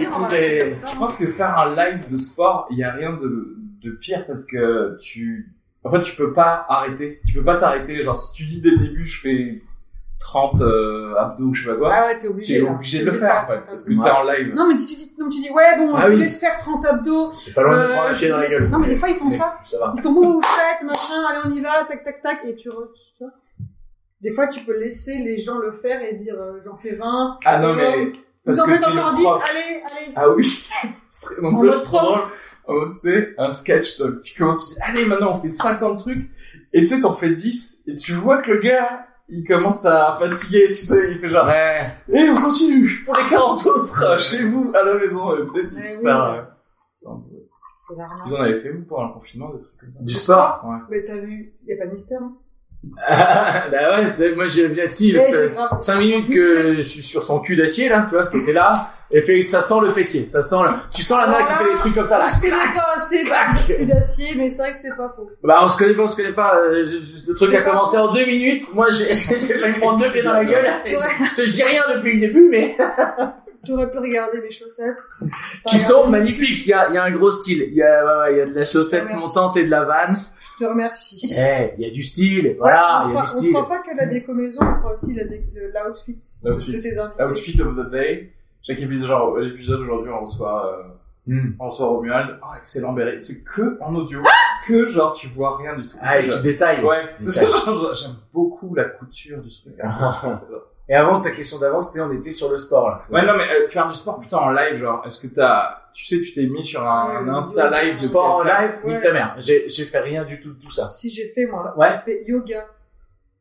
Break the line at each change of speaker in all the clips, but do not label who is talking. Écoutez, je
hein.
pense que faire un live de sport, il n'y a rien de, de pire parce que tu. En fait, tu peux pas arrêter. Tu peux pas t'arrêter. Genre, si tu dis dès le début, je fais 30 euh, abdos ou je sais pas quoi,
Ah ouais, t'es obligé.
t'es
là.
obligé de
T'es
le faire en fait.
t'es
Parce que t'es en live.
Non, mais tu, tu dis, non, tu dis, ouais, bon,
Ah
je vous
oui.
laisse faire 30 abdos.
C'est pas loin de
euh,
prendre la
je
chaîne dans
vous
la
laisse-
gueule.
Non, mais des fois, ils font
Mais
ça.
Ça va.
Ils font, bon, vous faites, machin, allez, on y va, tac, tac, tac, et tu re- tu vois. Des fois, tu peux laisser les gens le faire et dire, euh, j'en fais 20.
Ah non,
euh,
mais. Parce
vous en
que
faites
tu es
encore
le
10,
prof.
allez, allez.
Ah oui, ce serait donc
En
là,
mode
je trouve
prof.
drôle. En mode, tu sais, un sketch, donc tu commences, tu dis, allez, maintenant on fait 50 trucs, et tu sais, t'en fais 10, et tu vois que le gars, il commence à fatiguer, tu sais, il fait genre,
Ouais.
et on continue pour les 40 autres, euh, chez vous, à la maison, euh, tu sais, tu
Eh
dis
oui.
ça. euh, c'est un peu-
C'est l'arnaque.
Vous en avez fait, vous, pendant le confinement, des trucs comme ça Ah,
Du sport
Ouais.
Mais t'as vu, y a pas de mystère. hein.
Bah ouais, t'sais, moi j'ai bien si
Eh, j'ai grave.
5 minutes que je suis sur son cul d'acier là, tu vois, que t'es là, et fait, ça sent le fessier, ça sent le... Tu sens la nana qui fait des trucs comme ça là.
On se connaît pas assez, bah,
Clac.
cul d'acier, mais c'est vrai que c'est pas faux.
Bah on se connaît pas, on se connaît pas, euh, je- je- le truc a commencé en 2 minutes, moi j'ai j'ai failli me prendre deux pieds dans la gueule, et-
Ouais.
parce que je dis rien depuis le début, mais
T'aurais pu regarder mes chaussettes. T'as
qui sont
regardé-
magnifiques, il y a, il y a un gros style, il y a, ouais, ouais, il y a de la chaussette
Merci.
montante et de la Vans,
Je te remercie.
Eh, il y a du style, voilà,
Ouais,
il
on
y
fera,
a du
on
style.
fera pas que la décomaison, on fera aussi la dé- le- l'outfit
L'outfit.
de tes invités.
Outfit Ah, of the day. Chaque épisode, genre, euh, l'épisode aujourd'hui, on reçoit, euh,
Hmm.
on reçoit Romuald. Oh, excellent, Berry. C'est que en audio.
Ah
que genre, tu vois rien du tout.
Ah, et
Je-
tu détailles.
Ouais,
Une
parce que
taille.
genre, j'aime beaucoup la couture du truc.
Ah.
C'est vrai.
Et avant, ta question d'avant, c'était on était sur le sport là.
ouais, non, mais euh, faire du sport putain en live, genre, est-ce que t'as. Tu sais, tu t'es mis sur un
Euh,
Insta live
Le
de
sport en
quelqu'un.
live, nique ta mère. J'ai j'ai fait rien du tout de tout ça.
Si j'ai fait, moi,
Ouais.
j'ai fait yoga.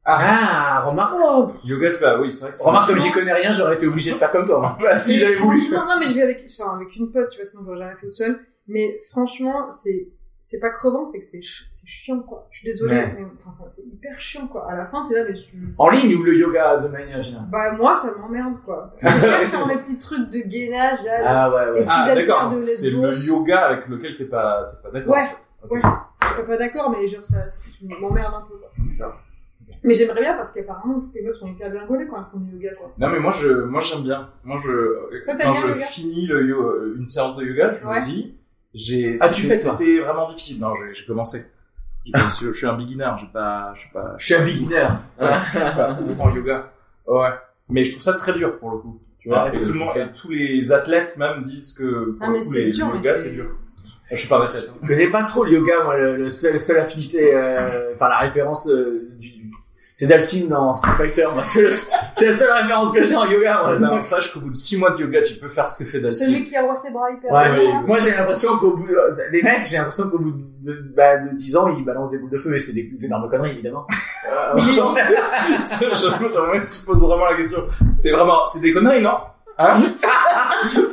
Ah,
Ah, remarque.
Oh,
yoga, c'est pas. Oui, c'est vrai que c'est
Remarque, comme j'y connais rien, j'aurais été obligé de faire comme toi. hein. Bah, si
mais
j'avais voulu.
franchement- Non, mais je vais avec, enfin, avec une pote, tu vois, sinon j'aurais jamais fait toute seule. Mais franchement, c'est, c'est pas crevant, c'est que c'est ch- c'est chiant, quoi. Je suis désolée,
Ouais.
mais enfin, ça- c'est hyper chiant, quoi. À la fin, t'es là, mais tu-
En ligne ou le yoga de manière générale
Bah, moi, ça m'emmerde, quoi. J'aime faire mes petits trucs de gainage, là.
Ah ouais, ouais.
Ah,
petits
d'accord.
haltères de
C'est
Lesbos.
le yoga avec lequel t'es pas, t'es pas d'accord.
Ouais,
Ok.
ouais.
Ah.
Je suis pas d'accord, mais genre, ça, ça m'emmerde un peu, quoi.
D'accord.
Mais j'aimerais bien, parce qu'apparemment, toutes les meufs sont hyper bien gaulées quand elles font du yoga, quoi.
Non, mais moi, je, moi, j'aime bien. Moi, je,
Toi, t'aimes
quand
bien
je
le yoga
finis le yo- euh, une séance de yoga, je
Ouais.
me dis, j'ai,
Ah, tu
c'était-
fais, toi
C'était vraiment difficile. Non, j'ai, j'ai commencé. Parce que je suis un beginner, j'ai pas, je suis pas,
Je suis un beginner.
je
Ah,
suis pas ouf en yoga. Ouais. Mais je trouve ça très dur pour le coup. Tu vois,
Ouais,
et
c'est
tout le
dur.
monde, et tous les athlètes même disent que pour
Ah,
le
mais
coup,
c'est
les,
dur,
le
mais
yoga,
c'est-
c'est dur. Je suis pas un athlète.
Je connais pas trop le yoga, moi. Le, le seul, seule affinité, euh, enfin la référence euh, du, c'est Dalsin dans Street Fighter. Moi, c'est le- c'est la seule référence que j'ai en yoga. Moi,
Non, sache qu'au bout de 6 mois de yoga, tu peux faire ce que fait Dassi.
Celui qui a roi ses bras hyper
Ouais,
longs,
mais-
là.
Moi, j'ai l'impression qu'au bout, euh, les mecs, j'ai l'impression qu'au bout de, bah, de 10 ans, ils balancent des boules de feu et c'est des des énormes conneries, évidemment.
Euh, j'en sais rien. J'avoue, j'avoue que tu poses vraiment la question. C'est vraiment, c'est des conneries, non? Hein?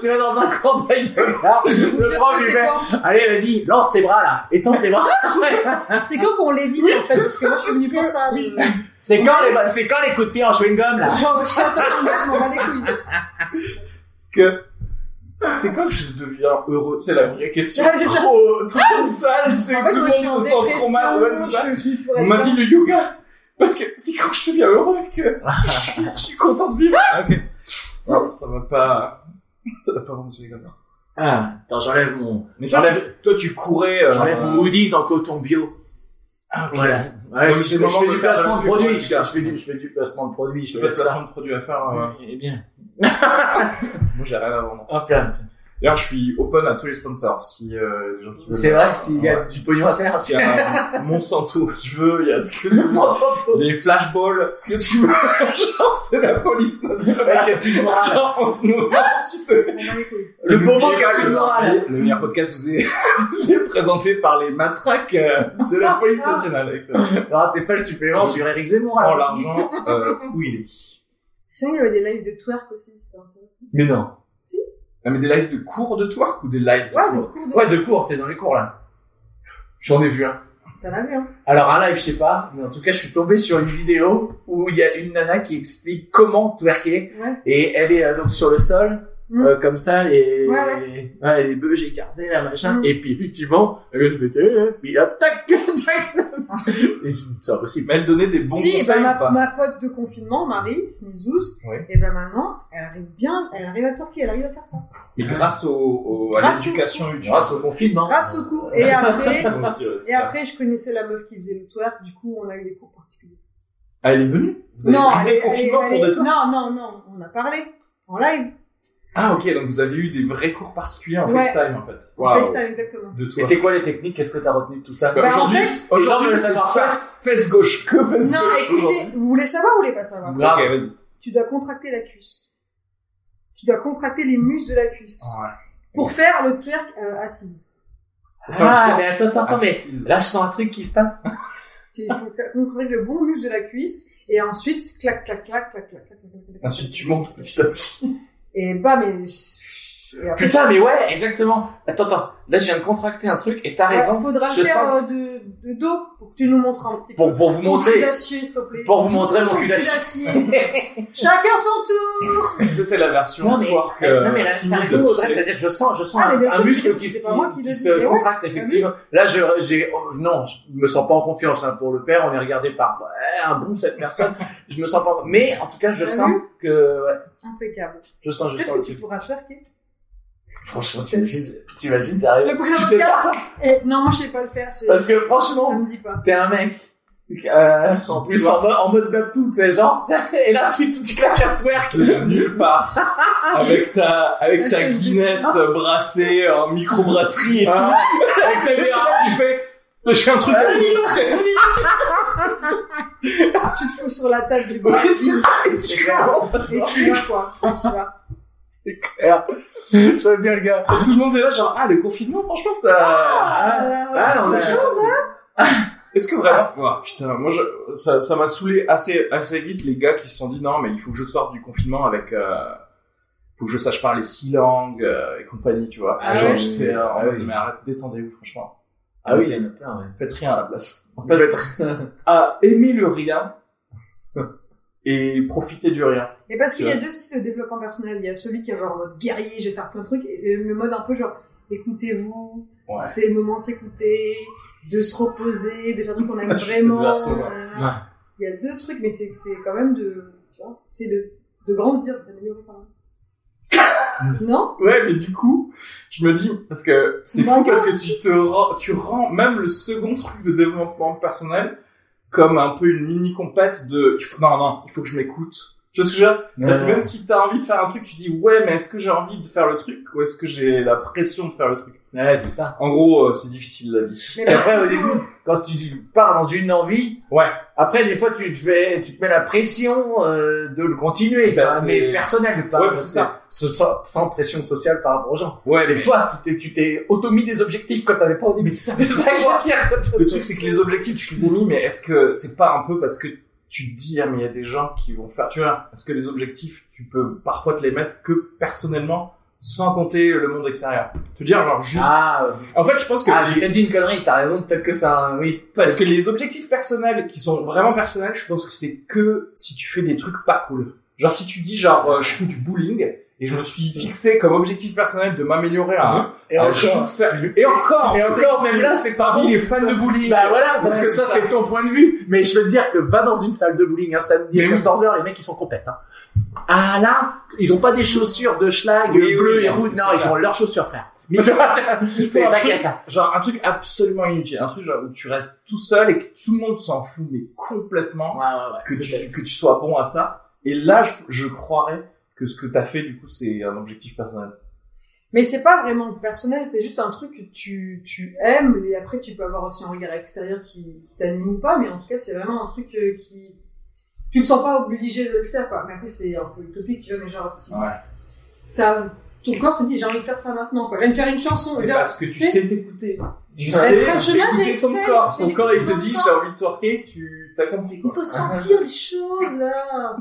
tu vas dans un cours de yoga, le prof lui
C'est
fait,
quand-
allez, vas-y, lance tes bras là, étends tes bras.
C'est quand qu'on l'évite en fait Parce que moi je suis venue pour ça. Je...
c'est quand les, ba- c'est quand les coups de pied en chewing gum là.
Genre, je suis en train de me dire, je m'en bats les couilles.
Parce que, c'est quand que je deviens heureux? C'est la vraie question.
Ouais, c'est ça.
trop, trop sale, tu sais,
En fait,
tout le
moi
monde
je suis en
se sent trop mal. ouais,
dépression,
c'est ça.
je suis venue pour
On m'a
être
dit le yoga. Parce que c'est quand je deviens heureux que je suis- je suis content de vivre.
Ah,
ok. Non, ça va pas, ça va pas fonctionner comme ça.
Ah, attends, j'enlève mon,
Mais toi,
j'enlève,
tu, toi, tu courais, euh,
j'enlève mon Moody's en coton bio.
Ah, ok.
Voilà.
mais
Ouais, je,
c'est
je
le moment
fais
de
du
faire
placement
la
de
pub
produit,
pour
je,
Oscar.
je fais du, je fais du placement de produit, je
J'ai
fais
pas
du
de placement de produit à faire. euh,
Eh bien.
Moi, j'ai rien à vendre.
Hop là.
D'ailleurs, je suis open à tous les sponsors. Si, euh, les gens qui veulent-
C'est vrai, s'il y a
Ouais.
du pognon à se faire,
Il
c'est
y a Monsanto, je veux, il y a ce que tu veux.
on s'en fout.
Les flashballs, ce que tu veux. Genre, c'est la police nationale.
Avec plus de morale.
Genre, on se nourrit, tu sais.
On a les couilles.
Le bobo
meilleur-
qui a plus de morale.
Le meilleur podcast vous est, vous est présenté par les matraques euh, de la police nationale. excellent.
Ne ratez pas le supplément sur Eric Zemmour,
Prends
alors.
l'argent euh, où il est.
Sinon, il y avait des lives de twerk aussi, c'était intéressant.
Mais non.
Si
Ah, mais des lives de cours de twerk ou des lives de
Ouais,
cours
des cours de.
Ouais, de cours, t'es dans les cours, là. J'en ai vu un.
T'en as vu, hein.
Alors un live, je sais pas, mais en tout cas, je suis tombé sur une vidéo où il y a une nana qui explique comment twerker
Ouais.
et elle est euh, donc sur le sol,
Mm.
euh, comme ça, les,
Ouais,
ouais, Hmm. les beuges écartées, la machin,
Mm.
et puis effectivement, elle fait, euh, puis là, tac, tac, Et je me dis, c'est impossible.
Mais elle donnait des bons
si,
conseils ou
bah, ma,
pas
ma pote de confinement, Marie, Sneezouz,
Ouais.
et ben maintenant, elle arrive bien, elle arrive à twerker, elle arrive à faire ça.
Mais grâce au, au- à
Grâce au-
l'éducation YouTube.
Grâce au confinement.
Grâce au cours. Et après,
Comme si, euh, c'est
et
pas-
après, je connaissais la meuf qui faisait le twerk, du coup, on a eu des cours particuliers.
Ah, elle est venue Vous avez brisé
elle-
le confinement
elle-
pour
elle-
des trucs
Non, non, non, on a parlé. En live.
Ah, ok, donc vous avez eu des vrais cours particuliers en
Ouais.
FaceTime, en fait.
Waouh.
FaceTime, exactement.
De toi.
Et c'est quoi les techniques Qu'est-ce que t'as retenu de tout ça
Bah,
Bah, en
aujourd'hui,
fait,
les gens
aujourd'hui,
veulent
c'est
savoir ça.
face, face gauche que face
Non,
gauche.
écoutez,
aujourd'hui.
vous voulez savoir ou vous voulez pas savoir?
Ok,
Grave.
vas-y.
Tu dois contracter la cuisse. Tu dois contracter les muscles de la cuisse.
Ouais.
Pour faire le twerk euh, assise.
Ah, mais attends, attends, attends, mais
Assise.
là, je sens un truc qui se passe.
Tu- Il faut tra- contracter le bon muscle de la cuisse. Et ensuite, clac, clac, clac, clac, clac, clac, clac, clac, clac.
Ensuite, tu montes petit à petit.
Et bah, mais... et après-
Putain, mais ouais, exactement. Attends, attends, là, je viens de contracter un truc et t'as raison.
Il faudra le
je
faire
sens-
euh, de, de dos pour que tu nous montres un petit peu.
Pour, pour vous
Ton cul
montrer,
d'acier, s'il te plaît.
pour vous montrer mon
Ton
cul d'acier.
d'acier. Chacun son tour.
Ça, c'est la version
Non mais,
twerk,
eh,
euh,
non, mais là, c'est
timide,
un raison,
tu sais.
c'est-à-dire que je sens, je sens
Ah, mais
un,
bien
un
sûr,
muscle
c'est-
qui,
c'est
se-
pas moi qui
qui
le dis,
se
mais ouais.
contracte, effectivement. Là, je, j'ai, oh, non, je me sens pas en confiance hein, pour le faire. On est regardé par eh, un bon sept personnes. Je me sens pas. Mais en tout cas, je
T'as
sens
vu
que, ouais,
Impeccable.
je sens, je sens
Peut-être
le
que tu
truc.
pourras twerker.
Franchement, t'imagines, t'imagines, j'arrive.
Le prochain
Tu sais
podcast.
pas,
Eh, non, moi, je sais pas le faire. c'est-
Parce que
Ça
franchement,
me dit pas.
t'es un mec. Euh, en plus, en mode, en mode babtou, tu sais, genre, et là, tu, tu, tu claques un twerk.
de nulle part avec ta avec
La
ta
chaise du
Guinness
sang.
euh, brassée en microbrasserie et
Ah.
tout avec ta bière, tu fais je fais un truc à
Ah,
l'autre
Tu te fous sur la table du bar.
Ouais, c'est ça, et
C'est
tu
clair.
commences à
Et
twerker.
tu vas, quoi. Et tu vas.
C'est clair. Je vois bien le gars.
Et tout le monde est là genre ah le confinement franchement ça
Ah,
Euh,
on a-
autre chose, hein Ah.
est-ce que vraiment Oh, putain moi je ça ça m'a saoulé assez assez vite les gars qui se sont dit non mais il faut que je sorte du confinement avec euh, faut que je sache parler six langues euh, et compagnie tu vois
Ah
genre
oui.
j'étais euh, en
Ah
mode,
oui.
mais arrête détendez-vous franchement
Ah oui, il y en a plein, ouais.
faites rien à la place en
En
fait,
fait,
à aimer le rien et profiter du rien.
Et parce qu'il y a
Ouais.
deux styles de développement personnel. Il y a celui qui est genre en mode guerrier, je vais faire plein de trucs, et le mode un peu genre écoutez-vous,
Ouais.
c'est le moment de s'écouter, de se reposer, de faire des trucs qu'on aime
Ah, Je sais de
vraiment.
verso, ouais.
nanana. Il y a deux trucs, mais c'est c'est quand même de, tu vois, c'est de, de grandir, d'améliorer quand même. non
Ouais, mais du coup, je me dis, parce que c'est
Bah,
fou parce que tu te rends, tu rends même le second truc de développement personnel comme un peu une mini compète de, il faut- non, non, il faut que je m'écoute. Tu vois ce que je veux dire Même si t'as envie de faire un truc, tu dis, ouais, mais est-ce que j'ai envie de faire le truc ou est-ce que j'ai la pression de faire le truc
Ouais, c'est ça.
En gros, euh, c'est difficile la vie.
Mais
Et après,
parce
au
que-
début, quand tu pars dans une envie,
Ouais.
après, des fois, tu te fais, tu te mets la pression euh, de le continuer,
Bah,
enfin,
c'est-
mais personnel, pas
Ouais, bah, c'est ça.
se- sans, sans pression sociale par rapport aux gens.
Ouais,
c'est
mais-
toi, tu t'es, tu t'es auto-mis des objectifs quand t'avais pas au début.
Mais ça,
C'est ça que je veux dire.
Le truc, c'est que les objectifs, tu les as mis, mais est-ce que c'est pas un peu parce que tu te dis, ah, mais il y a des gens qui vont faire, tu vois, est-ce que les objectifs, tu peux parfois te les mettre que personnellement, sans compter le monde extérieur? Te dire, genre, juste.
Ah, euh,
En fait, je pense que,
ah
les-
j'ai peut-être dit une connerie, t'as raison, peut-être que ça, oui.
parce que les objectifs personnels, qui sont vraiment personnels, je pense que c'est que si tu fais des trucs pas cool. Genre, si tu dis, genre, euh, je fais du bowling, et je me suis fixé comme objectif personnel de m'améliorer à,
Et
à
encore.
juste faire- et encore,
Et encore, même là, c'est pas
parmi
bon.
les fans de bowling.
Bah voilà, parce
Ouais,
que ça,
c'est ça.
c'est ton point de vue. Mais je peux te dire que va dans une salle de bowling un samedi
Mais
à
oui.
14h, les mecs, ils sont compètes. Hein. Ah là, ils ont pas des chaussures de schlag,
Oui, oui,
bleu et
non,
rouge.
c'est
Non,
ça.
ils ont leurs chaussures, frère.
Mais-
c'est
Il faut un truc-
t'inquiète. hein.
Genre un truc absolument inutile, un truc genre où tu restes tout seul et que tout le monde s'en fout mais
Ouais,
complètement
ouais, ouais.
que tu que tu sois bon à ça. Et là, je, je croirais que ce que t'as fait du coup c'est un objectif personnel.
Mais c'est pas vraiment personnel, c'est juste un truc que tu, tu aimes, et après tu peux avoir aussi un regard extérieur qui, qui t'anime ou pas, mais en tout cas c'est vraiment un truc euh, qui... Tu te sens pas obligé de le faire, quoi. Mais après c'est un peu utopique, tu vois, mais genre, si
Ouais.
t'as- ton corps te dit j'ai envie de faire ça maintenant, quoi. J'ai envie de faire une chanson.
C'est
Genre,
parce que tu
c'est-
sais t'écouter. Tu
Ouais,
sais
Eh, franchement,
écouter ton
j'essaie,
corps. Ton
j'écoute
corps, il te
mon
dit,
corps.
j'ai envie de twerker, tu t'as compris, quoi.
Il faut sentir les choses, là.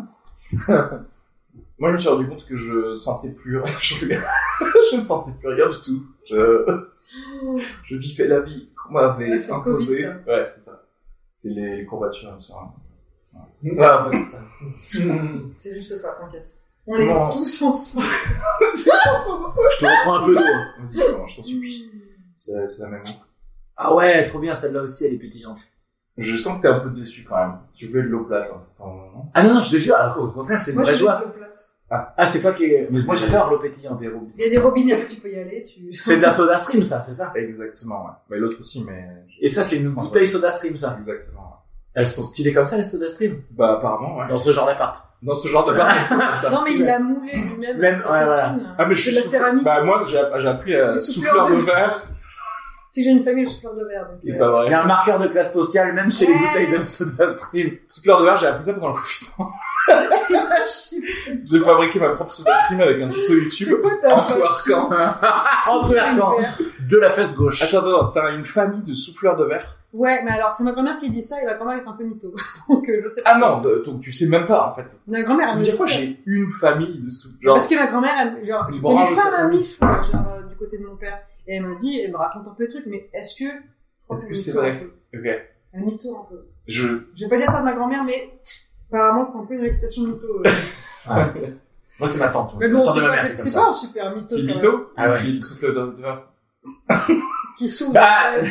Moi, je me suis rendu compte que je sentais plus rien. Je, je sentais plus rien du tout. Je, je vivais la vie qu'on m'avait
Ouais, c'est le
imposée.
Covid,
ouais, c'est ça. C'est les, les courbatures, hein, ça. Ouais, ouais, ouais, c'est ça.
C'est juste ça, t'inquiète. On est
Non.
tous ensemble.
Je te reprends un peu d'eau.
Vas-y, je t'en- je t'en supplie. C'est c'est la même.
Ah ouais, trop bien, celle-là aussi, elle est pétillante.
Je sens que t'es un peu déçu quand même. Tu voulais de l'eau plate à un certain moment.
Ah non, non, je te jure, alors, au contraire, c'est une
Moi,
vraie
je joue
joie.
avec l'eau plate.
Ah, c'est toi qui est...
Mais
Moi,
j'ai-
j'adore l'eau pétillante.
Des robies.
Il y a des robinets, après tu peux y aller. Tu...
C'est de la soda stream, ça, c'est ça
Exactement, ouais. Mais l'autre aussi, mais.
Et ça, c'est une bouteille soda stream, ça.
Exactement,
Elles sont stylées comme ça, les soda stream
ouais. Bah, apparemment, ouais.
Dans ce genre d'appart.
Dans ce
Ah
genre de bar,
bah,
c'est comme ça.
Non, mais il l'a moulé lui-même.
Même-
avec sa
ouais, voilà.
copine, là.
Ah, mais je suis
C'est de la
souffle-
céramique.
Bah, moi, j'ai j'ai appris à
Les
souffleur
souffleurs
de
de
verre.
C'est que j'ai une famille de souffleurs de verre. donc,
C'est
euh,
pas
Il y
vrai.
a un marqueur de classe sociale, même chez les
Ouais.
bouteilles de soda stream.
Souffleur de verre, j'ai appris ça pendant le confinement.
je sais pas.
J'ai fabriqué ma propre soda stream avec un tuto
C'est
YouTube.
quoi ta
En
passion
twerkant.
En twerkant. De la fesse gauche.
Attends, attends, attends, t'as une famille de souffleurs de verre
Ouais, mais alors c'est ma grand-mère qui dit ça et ma grand-mère est un peu mytho. Donc euh, je sais pas.
Ah non, de- donc tu sais même pas en fait.
Ma grand-mère
Ça
elle
veut
me
dire
dit
quoi
ça.
J'ai une famille de souffleurs.
Parce que ma grand-mère, elle- genre, je
Une branche de
connais pas ma
famille.
mif, quoi, genre, euh, du côté de mon père. Et elle me dit, elle me raconte un peu de trucs, mais est-ce que. je pense
Est-ce
que
que c'est
mytho,
vrai
un peu.
Ok.
Un mytho un peu.
Je.
Je vais pas dire ça de ma grand-mère, mais apparemment, qu'on peut une réputation de mytho. euh.
Moi, c'est ma tante.
mais
c'est
bon,
la sœur
c'est
de ma
pas,
mère qui
c'est-
est comme
c'est
ça.
pas un super mytho.
Qui
quand même.
mytho
Ah ouais.
Qui est souffleur de de verre.
Qui s'ouvre.
Bah,
euh,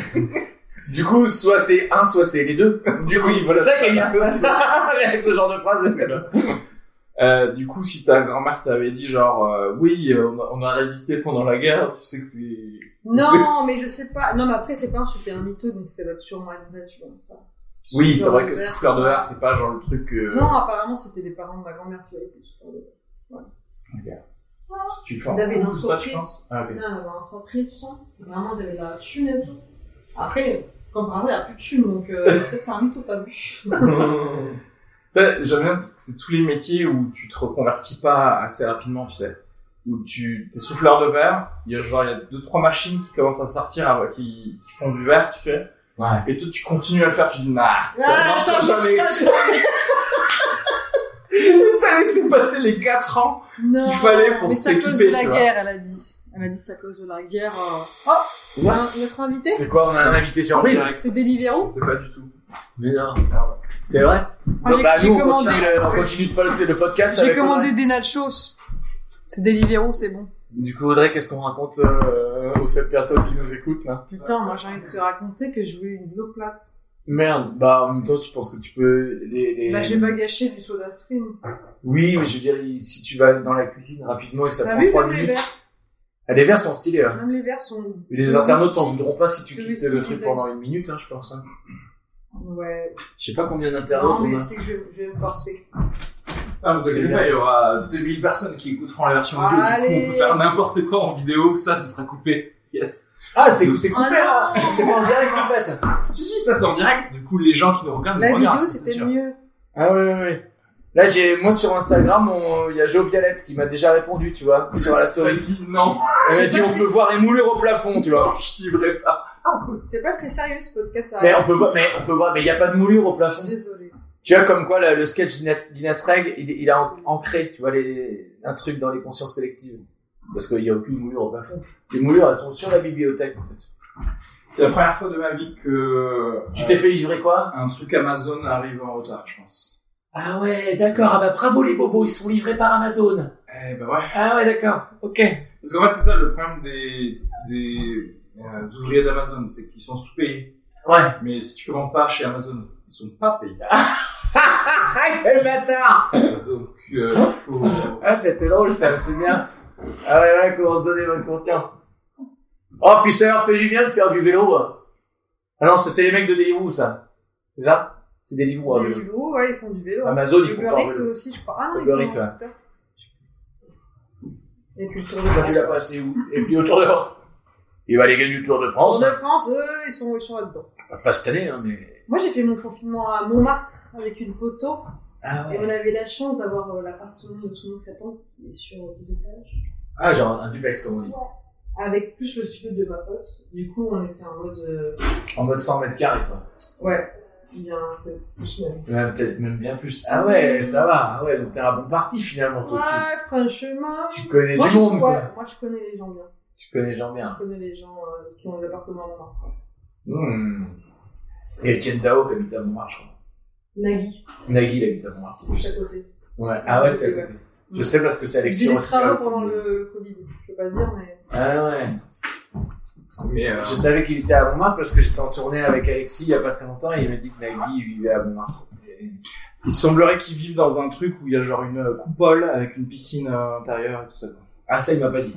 Du coup, soit c'est un, soit c'est les deux.
Du coup, voilà.
c'est ça qui est bien. Avec ce genre de phrase.
Euh, du coup, si ta grand-mère t'avait dit genre euh, oui, euh, on a, on a résisté pendant la guerre, tu sais que c'est
Non, mais je sais pas. Non, mais après, c'est pas un super mytho, donc ça doit sûrement être vrai, tu vois, ça.
Oui,
Souffleur
c'est vrai
de
que
verre,
souffleur de
c'est
verre,
pas-
c'est pas genre le truc que
Non, apparemment, c'était les parents de ma grand-mère qui avaient été souffleurs de verre.
tu fais en
Ils avaient une
tout ça, tu
entreprise.
hein.
penses Ah, ok.
Non, elle avait un entreprise, tout ça. Vraiment, elle avait de la thune et tout. Après, comme par hasard, elle a plus de thune, donc euh, peut-être c'est un mytho, t'as vu.
T'as- J'aime bien parce que c'est tous les métiers où tu te reconvertis pas assez rapidement, tu sais. Où tu t'es souffleur de verre, il y a genre il y a deux trois machines qui commencent à sortir hein, qui, qui font du verre, tu sais.
Ouais.
Et toi tu continues à le faire, tu dis nah, ça
Ah,
marchera
ça
jamais. T'as laissé passer les quatre ans
Non,
Qu'il fallait pour
mais c'est à cause
s'équiper,
de la
tu vois.
guerre, elle a dit. Elle a dit c'est à cause de la guerre. euh. Oh,
What
un- notre invité
C'est quoi, on a un invité sur
Ah Oui.
direct
C'est Deliveroo.
C'est pas du tout.
Mais non. C'est vrai
Ah,
Non,
j'ai-
bah,
j'ai
nous, on
commandé.
continue, le, on continue de pod- le podcast.
J'ai
avec
commandé
Audrey.
des nachos. C'est Deliveroo, c'est bon.
Du coup, Audrey, qu'est-ce qu'on raconte euh, aux sept personnes qui nous écoutent, là
Putain, moi j'ai envie de te raconter que je voulais une eau plate.
Merde. Bah, en même temps, tu penses que tu peux... Les, les...
Bah j'ai pas gâché du soda stream.
Oui, mais je veux dire, il- si tu vas dans la cuisine rapidement et que ça
T'as
prend
vu
3
même les
minutes...
verres
Ah, les verres sont stylés, hein.
Même les verres sont.
Et Les
de
internautes
whisky.
t'en voudront pas si tu
Le
quittes
whisky,
le truc
ils
pendant une minute, hein, je pense. hein.
Ouais.
Je sais pas combien d'internautes
Non
on
mais
a.
c'est que je, je vais me forcer.
Ah, vous inquiétez
C'est
pas,
bien.
il y aura 2000 personnes qui écouteront la version audio. Du coup, on peut
Allez.
faire n'importe quoi en vidéo, ça, ce sera coupé. Yes.
Ah, c'est c'est coupé,
Ah,
là
non.
C'est pas en direct, en fait
Si, si, ça c'est en direct. Du coup, les gens qui nous regardent,
La
nous
vidéo
regardent, ça, c'est
c'était
sûr.
mieux.
Ah ouais, ouais, ouais. Là, j'ai, moi, sur Instagram, on- il y a Jo Vialette qui m'a déjà répondu, tu vois, sur la
J'aurais
story.
dit non,
Elle m'a
C'est
dit,
pas
on
fait-
peut voir les moulures au plafond, tu vois.
je suivrai pas.
C'est pas très sérieux ce podcast. ça
Mais
reste.
on peut voir, mais on peut voir, mais il n'y a pas de moulure au plafond.
Désolée.
Tu vois, comme quoi, le, le sketch d'Inas d'Inas Reg, il, il a an- ancré, tu vois, les, un truc dans les consciences collectives. Parce qu'il n'y a aucune moulure au plafond. Les moulures, elles sont sur la bibliothèque, en fait.
C'est la première fois de ma vie que
Tu t'es fait livrer quoi?
un truc Amazon arrive en retard, je pense.
Ah ouais, d'accord. Ah bah bravo les bobos, ils sont livrés par Amazon.
Eh ben ouais.
Ah ouais, d'accord. Ok.
Parce qu'en fait, c'est ça le problème des, des euh, ouvriers d'Amazon, c'est qu'ils sont sous-payés.
Ouais.
Mais si tu commandes pas chez Amazon, ils sont pas payés.
Ah, quel bâtard
Donc, euh, il faut...
Ah, c'était drôle ça, c'était bien. Ah ouais, ouais, comment se donner bonne conscience. Oh, puis ça leur fait du bien de faire du vélo. hein. Ah non, ça, c'est les mecs de Deliveroo, ça. C'est ça C'est Deliveroo, hein,
Les
vélo.
Deliveroo, ouais, ils font du vélo.
Amazon, Ah, ils font
Uber
pas en
Eats
vélo.
aussi, je crois. Ah non,
Uber
ils sont
Eats,
en scooter. Et puis le Tour de
Toi, tu
France.
l'as passé où Et puis autour de Il va aller gagner le Tour de
Tour
France.
de
hein.
France, eux, ils sont, ils sont là-dedans.
Pas cette année, hein, mais.
Moi, j'ai fait mon confinement à Montmartre avec une poteau.
Ah
Et on avait la chance d'avoir euh, l'appartement de sous sa tante qui est sur deux étages.
Ah, genre un duplex, comme on dit.
Avec plus le studio de ma pote. Du coup, on était en mode. euh,
En mode 100 mètres carrés, quoi.
Ouais, il y a un peu plus même.
Ouais, peut-être même bien plus. Ah ouais, ça va. Ah ouais, donc t'es un bon parti finalement, toi
Ouais,
aussi.
prends le chemin.
Tu connais
Moi
du
je,
monde,
ouais,
quoi.
moi, je connais les gens bien.
Tu connais les gens bien.
Je connais les gens euh, qui ont des appartements à Montmartre.
Hmm. Et Etienne Dao qui habite à Montmartre, je crois.
Nagui,
Nagui, il habite à Montmartre. en
juste à
plus.
côté.
Ouais. Ah ouais, t'es à
Ouais.
côté. Je sais parce que c'est
J'ai eu
Alexis
des
aussi. là,
travaux
au-
pendant le Covid, je peux pas dire, mais.
Ah ouais.
Mais, euh,
Je savais qu'il était à Montmartre parce que j'étais en tournée avec Alexis il y a pas très longtemps et il m'a dit que Nagui il vivait à Montmartre. Et-
il semblerait qu'ils vivent dans un truc où il y a genre une euh, coupole avec une piscine euh, intérieure et tout ça. quoi.
Ah ça il m'a pas dit.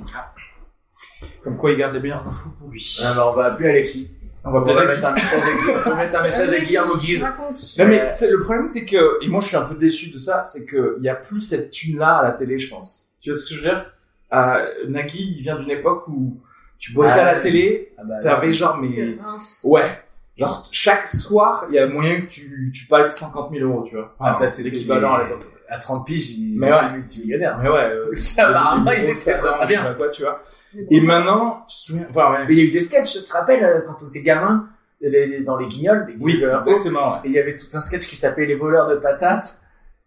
Comme quoi, ils gardent les meilleures infos pour lui.
Ah, bah, on va appeler Alexis.
On
On
va
va
pas
mettre un message à, Guy- on va mettre un message à Guillermo Guise.
Raconte.
Non mais c'est le problème c'est que et moi je suis un peu déçu de ça, c'est que il y a plus cette thune là à la télé, je pense. Tu vois ce que je veux dire euh, Nagui, il vient d'une époque où tu bossais
Ah,
à la
oui.
télé,
Ah, bah,
t'avais genre
Quelle
mais
mince.
ouais, genre chaque soir, il y a moyen que tu tu palpes 50 000 euros, tu vois.
Ah, bah,
Alors,
c'était
l'équivalent à l'époque.
à 30 piges ils
Mais
étaient
ouais.
multimillionnaires.
Mais ouais, euh,
Ça, apparemment,
des
ils essaient
grosses
très, très bien.
je sais pas quoi, tu vois.
Mais bon,
Et maintenant, tu te souviens enfin, ouais.
Mais il y a eu des sketchs, tu te rappelles, euh, quand on était gamin, les- les- dans les guignols, les guignols
Oui,
de l'info,
Euh, exactement. Ouais.
et il y avait tout un sketch qui s'appelait Les voleurs de patates.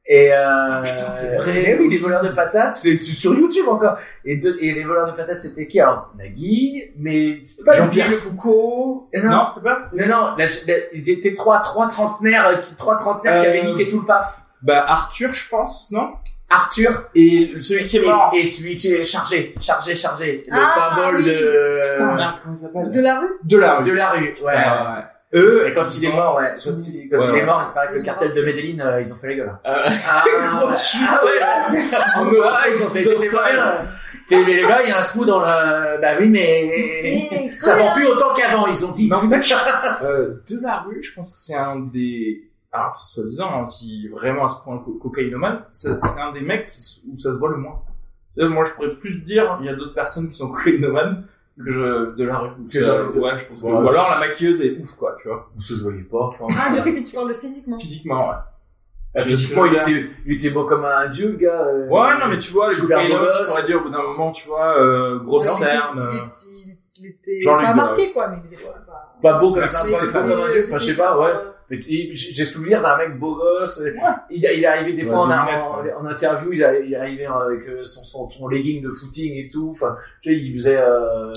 Et euh...
Ah, Putain, c'est vrai.
Mais oui, les voleurs de patates, c'est c'est sur YouTube encore. Et, de- et les voleurs de patates, c'était qui Alors, Nagui, mais c'était pas
Jean-Pierre
Nagui.
Foucault.
Et non.
Non, c'est pas.
Non, non, la- la- ils étaient trois, trois trentenaires, euh, qui, trois trentenaires qui
Euh,
avaient niqué tout le paf.
Bah Arthur, je pense, non
Arthur
Et celui qui est mort.
et, et celui qui est chargé, chargé, chargé. Le
Ah,
symbole
oui.
de,
Putain, merde, comment il s'appelle
De la rue
De la rue.
de la rue.
Putain,
ouais.
ouais. Eux,
Et quand il est mort, ouais. Quand il, quand
Ouais,
il
ouais.
est mort, il paraît que le
Ils ont
cartel
pas
de
fait.
Medellin, euh, ils ont fait les gueules. hein.
Euh,
Ah,
grosse chute,
ah ouais,
ouais.
ouais.
En Europe,
Ah, ils
ils
ont
sont
fait des
d'accord.
gueules. T'es- Mais les gars, il y a un trou dans la. Bah oui, mais
Mais
ça
quoi
vend plus autant qu'avant, ils ont dit.
N'empêche, euh, de la rue, je pense que c'est un des. Alors, soi-disant, hein, si vraiment à ce point co- cocaïnomane, ça- c'est un des mecs qui s- où ça se voit le moins. Euh, Moi, je pourrais plus dire, il y a d'autres personnes qui sont cocaïnomanes que je, de la rue. Ou
Que
ça-
Jean-Luc.
ouais, je pense que-
Ouais.
Ou alors la maquilleuse est ouf, quoi, tu vois.
Ça se voyait pas. Ah,
Ah, depuis tu parles de physiquement.
Physiquement, ouais.
Physiquement, il était, il était beau comme un dieu, le gars. euh.
Ouais, non, mais tu vois, les
Super
cocaïnomans,
beau
tu
gosse.
pourrais dire au bout d'un moment, tu vois, euh, grosse
Alors,
cerne.
il
euh,
était- Il était- il était
Jean-Luc
pas
Delarue.
marqué, quoi, mais il était pas.
Pas beau comme
Merci,
ça, pas
c'est
beau
pas-
comme un dieu. Enfin, je sais pas, ouais.
Euh,
Mais il- J'ai j'ai souvenir d'un mec beau gosse. euh, Il, il est arrivé des
Ouais,
fois en,
des
en-
lunettes, ouais.
en interview, il, a- il est arrivé avec euh, son, son, son legging de footing et tout. Enfin, tu sais, il faisait. euh,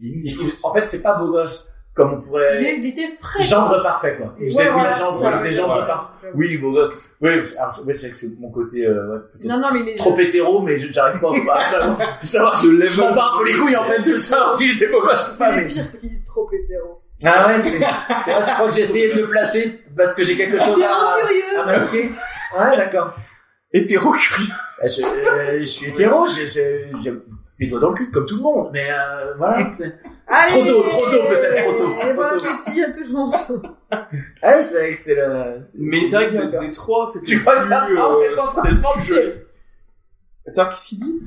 il- il- en fait, c'est pas beau gosse comme on
Il
pourrait.
est- euh, il était frais.
Gendre parfait quoi. Il
Ouais,
faisait
voilà,
bien gendre,
voilà,
il faisait
ouais,
gendre
voilà.
parfait. Oui, beau gosse. Oui, mais c'est- alors, ouais, c'est vrai que c'est mon côté euh, ouais, peut-être
Non, non, mais il est.
trop hétéro, mais je j'arrive pas à savoir. savoir
Le level
je m'en bats un peu les couilles en fait de ça. S'il était beau gosse ou pas,
C'est les
mais.
pires, ceux qui disent trop hétéro.
Ah ouais, c'est c'est vrai, je crois que j'ai essayé de le placer parce que j'ai quelque
T'es
chose à.
vraiment curieux!
à masquer. Ouais, d'accord.
Hétéro curieux.
Bah, Je, euh, je suis hétéro, j'ai j'ai- j'ai mes doigts dans le cul comme tout le monde, mais euh, voilà. c'est-
Allez Eh ben,
tôt, Ah, trop tôt, peut-être, trop tôt,
Et
trop
bon
tôt.
appétit à tout le monde.
Ouais, c'est vrai que c'est le. c'est-
Mais c'est vrai
bien,
que
quoi.
des trois, c'était
Tu
plus,
vois, ça, ah, on est
euh,
en train
c'était
de
le plus
mentir.
joli. Attends, qu'est-ce qu'il dit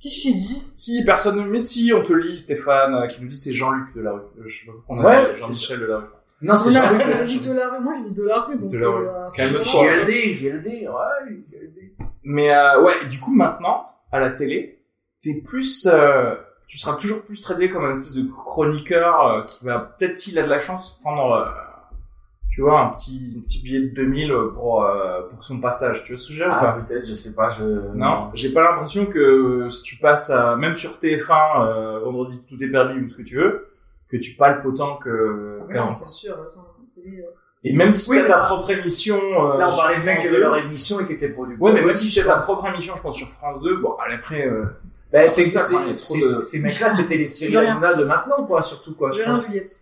Qu'est-ce qu'il dit?
Si, personne ne... Mais si, on te lit, Stéphane, euh, qui nous dit c'est Jean-Luc de la rue. Euh, Je sais pas pourquoi on a
Ouais,
dit Jean-Michel de la rue.
Non, Ah, c'est
On a
Jean-Luc.
on a dit de la rue. Moi, j'ai dit de la rue. donc,
De la rue.
Ah,
euh, c'est
Calme-toi.
vraiment-
JLD, JLD, ouais, JLD.
Mais euh, ouais, et du coup, maintenant, à la télé, t'es plus... euh, tu seras toujours plus traité comme un espèce de chroniqueur euh, qui va, peut-être s'il a de la chance, prendre... euh, tu vois, un petit, un petit billet de 2000 pour, euh, pour son passage. Tu vois ce que je veux dire ou pas
Ah, peut-être, je sais pas, je.
Non, j'ai pas l'impression que si tu passes à, même sur TF1, euh, vendredi tout est permis ou ce que tu veux, que tu palpes autant que.
Ah, mais
qu'avant.
Non, c'est sûr. attends, c'est- euh,
Et même si
Oui,
t'as
mais-
ta propre émission. euh,
Là, on
sur
parlait de mecs
France
qui avaient
2.
leur émission et qui étaient produits.
Ouais, mais même si t'as ta propre émission, je pense, sur France 2, bon, allez, après, euh,
Bah, c'est
Ça,
c'est-
il y a trop
c'est-
de-
c'est- Ces mecs-là, c'était les Cyril
rien.
Hanouna de maintenant, quoi, surtout, quoi. Ah, je
J'ai rien,
pense.
Juliette.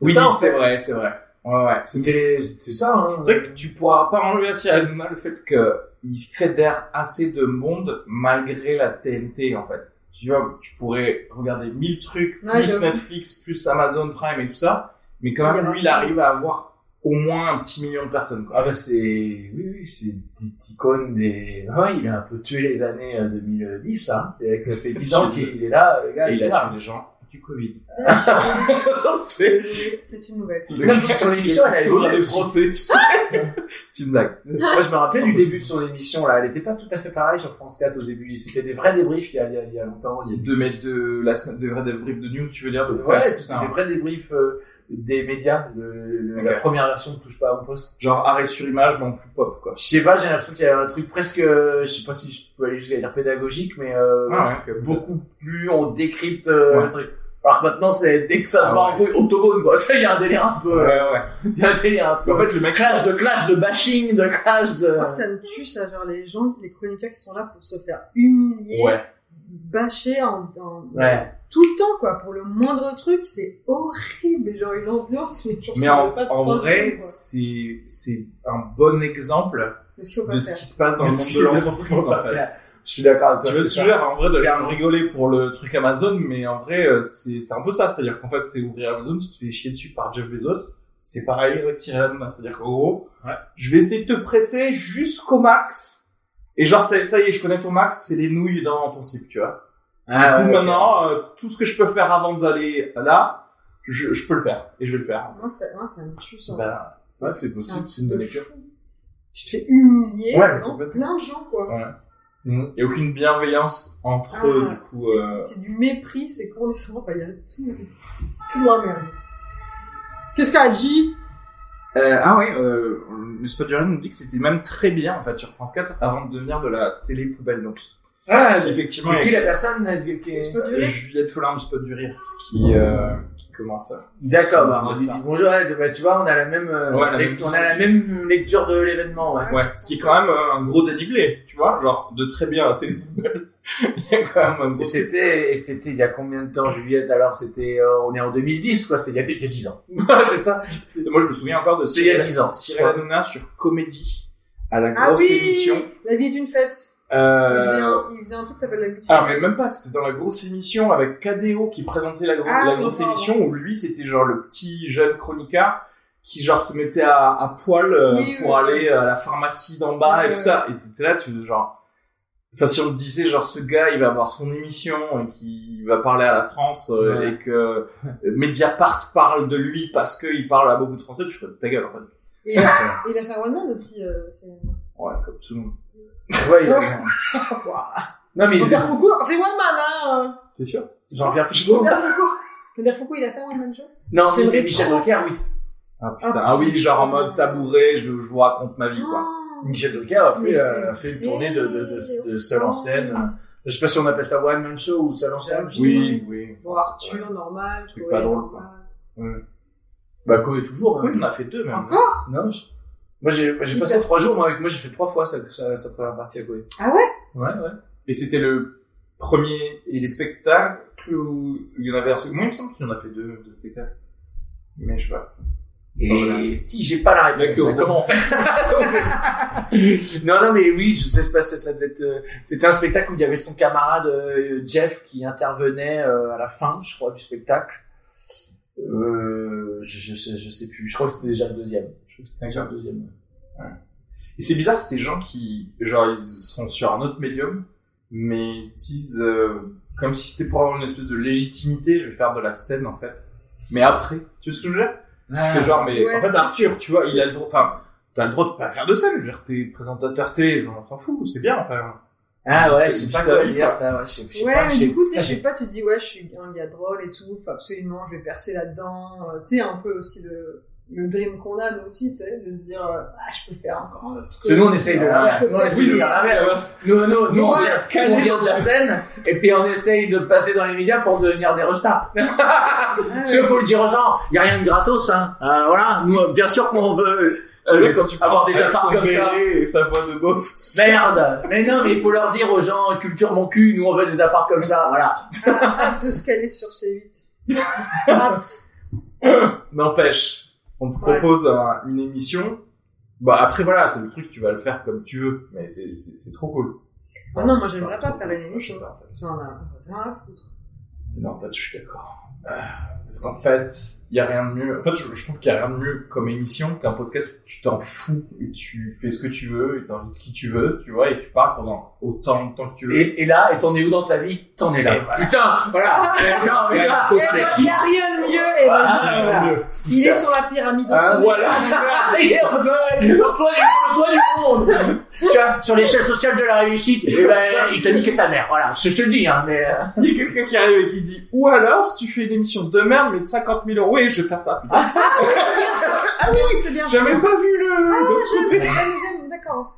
oui,
Ça, en
c'est
fait.
vrai, c'est vrai. Ouais, ouais.
C'était les- C'est ça, hein.
C'est vrai que tu pourras pas enlever à Cyril Hanouna le fait qu'il fédère assez de monde malgré la TNT en fait. Tu vois, tu pourrais regarder mille trucs,
Ouais,
plus
j'avoue.
Netflix, plus Amazon Prime et tout ça, mais quand
Il y
même
a
lui
un
il
son.
arrive à avoir au moins un petit million de personnes. Quoi.
Ah bah c'est... Oui, oui, c'est des icônes des... Ouais, il a un peu tué les années euh, 2010, là. hein. C'est avec le fait 10 ans qu'il est là, le gars,
Et
il
il
est
a
là.
tué des gens du Covid.
Ah, C'est
c'est
une- c'est une nouvelle.
le
Non, mais son émission, elle a euh, Ah
C'est pour
évolué.
les Français, tu sais. c'est une blague.
Moi, je me rappelle du début de son émission, là. Elle était pas tout à fait pareille sur France 4 au début. C'était des vrais débriefs il y a, il y a- il y a longtemps. Il y a
De mettre de la semaine de vrai brief de news, tu veux dire de
Ouais,
presse,
c'était
putain.
des vrais débriefs euh, des médias. le- le- La
Ok.
première version de Touche pas à mon poste.
Genre arrêt sur image, non plus pop quoi.
Je sais pas, j'ai l'impression qu'il y a un truc presque, euh, je sais pas si je peux aller jusqu'à dire pédagogique, mais euh,
Ah ouais,
beaucoup plus on décrypte euh,
Ouais.
le truc. Alors que maintenant, c'est dès que ça se
Ah
met en couille, octogone quoi. Tu sais, il y a un délire un peu, euh,
Ouais, ouais.
il y a un délire un peu.
En fait, le mec.
clash de clash de bashing, de clash de.
Moi, ça me tue, ça, genre les gens, les chroniqueurs qui sont là pour se faire humilier,
Ouais.
bâcher en, en-
Ouais.
tout le temps, quoi, pour le moindre truc, c'est horrible, et genre une ambiance, mais genre,
Mais
ça
en,
dure pas
en
trois
vrai,
secondes, quoi.
c'est c'est un bon exemple
de ce qu'il faut
de
pas
ce
faire.
qui se passe dans le
De
monde
ce
de
qui- de ce qu'il
l'entreprise
faut pas
en fait.
faire. Je suis d'accord avec toi.
Tu veux
c'est
ce
ça.
sujet En vrai, là, je
Clairement.
rigolais pour le truc Amazon, mais en vrai, euh, c'est c'est un peu ça. C'est-à-dire qu'en fait, t'es ouvrier Amazon, tu te fais chier dessus par Jeff Bezos. C'est pareil, retirer la menace. C'est-à-dire qu'en gros,
Ouais.
je vais essayer de te presser jusqu'au max. Et genre, ça, ça y est, je connais ton max, c'est les nouilles dans ton slip, tu vois.
Ah,
Du coup,
ouais, ok.
maintenant, euh, tout ce que je peux faire avant d'aller là, je, je peux le faire. Et je vais le faire.
Moi, ça, moi, ça me tue, ça.
Bah, ça, c'est possible, c'est une bonne lecture.
Tu te fais humilier
Ouais,
devant
complètement.
plein de gens, quoi.
Il n'y a aucune bienveillance entre
Ah,
eux, du coup.
c'est-
euh,
C'est du mépris, c'est condescendant, enfin, il y a tout, c'est tout de la merde. Qu'est-ce qu'a dit
Euh, ah ouais, euh, le Spot Journal nous dit que c'était même très bien en fait sur France 4 avant de devenir de la télé poubelle. Donc
Ah,
si,
c'est
effectivement,
qui
il y a
la personne là, qui- qui-
Tu peux
euh,
durer
Juliette Follin du Spot du Rire qui, euh, qui commente.
D'accord, bah, on
Ouais,
lui
ça.
dit bonjour, ouais, bah, tu vois, on a la même, euh,
Ouais, la même
lec- on a la même lecture de l'événement, ouais.
Ouais.
Ouais, ce qui est quand même euh, un gros dénivelé, tu vois, genre de très bien à la télé poubelle. il y a quand même un gros.
Et c'était,
euh,
et c'était il y a combien de temps, Juliette? Alors, c'était, euh, on est en 2010, quoi, c'est il y a, il y a 10 ans. c'est ça?
Moi je me souviens encore de
C'est il y a
Cyril,
10 ans.
Cyril Hanouna sur Comédie à la
Ah
grosse
oui
émission.
La vie est d'une fête. Il faisait
Euh... Ah,
un, il faisait un truc qui s'appelle la vie d'une
Alors,
fête.
mais même pas, c'était dans la grosse émission avec KDO qui présentait la, gro-
Ah,
la
oui,
grosse
pardon.
émission où lui, c'était genre le petit jeune chroniqueur qui, genre, se mettait à, à poil euh,
Oui,
pour
oui.
aller à la pharmacie d'en bas
Ouais,
et tout
ouais.
ça. Et t'étais là, tu faisais genre. Enfin, si on te disait, genre, ce gars, il va avoir son émission et qu'il va parler à la France euh,
Ouais.
et que Mediapart parle de lui parce qu'il parle à beaucoup de français, tu ferais de ta gueule, en fait.
Et, et il a fait un one man aussi. Euh, c'est-
Ouais, comme tout le monde.
Ouais, il a-
Ah,
Non, mais il-
Jean-Pierre Foucault, on fait one man, hein
T'es sûr?
Jean-Pierre Foucault.
Jean-Pierre Foucault. Jean-Pierre Foucault, il a fait un one man show
Non, mais
J'aimerais
Michel
trop.
Drucker, oui.
Ah, putain.
Ah,
Ah oui,
putain.
genre en mode tabouret, je, je vous raconte ma vie, quoi.
Ah.
Michel Drucker a
Mais
fait, euh,
c'est
a fait une tournée de, de, de, de seul en scène. Je sais pas si on appelle ça one man show ou seul en scène.
Oui.
Oui, oui.
Bon, Arthur, normal,
Truc
Coé,
pas drôle,
normal.
Bah, Coé toujours,
Oui,
hein.
Oh, on a fait deux même.
Encore
Non, je- moi, j'ai, j'ai
Il
passé trois
persiste.
jours, moi, moi, j'ai fait trois fois sa, sa, sa première partie à Coé.
Ah ouais
Ouais, ouais.
Et c'était le premier et les spectacles où il y en avait un second. Moi, il me semble qu'il y en a fait deux, deux spectacles. Mais je sais pas.
Et si j'ai pas la
C'est vrai
réponse,
que-
comment on fait Non, non, mais oui, je sais pas, ça, ça devait être. euh, C'était un spectacle où il y avait son camarade euh, Jeff qui intervenait euh, à la fin, je crois, du spectacle. Euh, je, je, sais, je sais plus. Je crois que c'était déjà le deuxième. Je crois que c'était déjà le deuxième.
Et c'est bizarre, ces gens qui, genre, ils sont sur un autre médium, mais ils disent, euh, comme si c'était pour avoir une espèce de légitimité, je vais faire de la scène, en fait. Mais après. Tu vois ce que je veux dire?
Ah.
C'est genre, mais
Ah, Ouais,
en fait,
c'est-
Arthur, tu vois, il a le droit, enfin, t'as le droit de pas faire de scène, je veux dire, t'es présentateur télé, je- on s'en fout, c'est bien, enfin.
Ah ouais, je sais pas
Vita
quoi
Vie,
dire
quoi.
ça. Ouais, je sais, je sais
Ouais,
pas,
mais
je sais-
du coup, tu sais,
ça,
je
j'ai-
sais pas, tu te dis, ouais, je suis un gars drôle et tout, faut absolument, je vais percer là-dedans. Euh, Tu sais, un peu aussi le, le dream qu'on a, nous aussi, tu sais, de se dire, euh, ah, je peux faire encore un autre truc. Ah,
Parce que nous, on essaye de l'inverse. Nous, on
Oui,
essaye de
mais
faire l'inverse. Nous, nous, nous,
Nous,
on
on
vient-
se calme.
on vient de la scène, et puis on essaye de passer dans les médias pour devenir des restards. Parce qu'il faut le dire aux gens, il n'y a rien de gratos, hein. Euh, voilà, nous, euh, bien sûr qu'on veut euh,
J'aime bien quand tu
avoir
prends
des apparts
Alexandre
comme ça.
Bellé Et sa voix de bof.
Merde Mais non, mais il faut leur dire aux gens, culture mon cul, nous on veut des apparts comme ça, voilà.
Ah, Hâte de se caler sur C8. Hâte.
N'empêche, on te
Ouais.
propose un- une émission. Bah après voilà, c'est le truc, tu vas le faire comme tu veux, mais c'est c'est c'est trop cool.
Ah non, moi,
C'est-
j'aimerais
c'est
pas
trop
faire
cool.
une émission.
Je sais pas, en fait.
J'en ai rien à foutre.
Non, en fait, je suis d'accord. Euh, Parce qu'en fait, il y a rien de mieux. En fait, je, je trouve qu'il y a rien de mieux comme émission. T'es un podcast où tu t'en fous et tu fais ce que tu veux et t'invites qui tu veux, tu vois, et tu parles pendant autant de temps que tu veux.
Et, et là, et t'en es où dans ta vie T'en es là.
Et voilà.
Putain, voilà. Mais non, mais là,
Il n'y a, il y a rien de mieux, et
Ah,
ben,
rien de
voilà.
mieux.
Il est sur la pyramide au
Ah,
sommet.
Voilà.
Et on se- les emplois du- les emplois du monde. tu vois, sur l'échelle sociale de la réussite, eh ben, il t'a niqué ta mère. Voilà, je, je te le dis, hein, mais. euh,
Il y a quelqu'un qui arrive et qui dit Ou alors, tu fais une émission de merde, mais 50 000 euros, et je vais faire ça. Putain,
Ah oui, c'est bien.
J'avais pas vu le.
Ah,
l'autre côté.
j'aime, j'aime, j'aime, d'accord.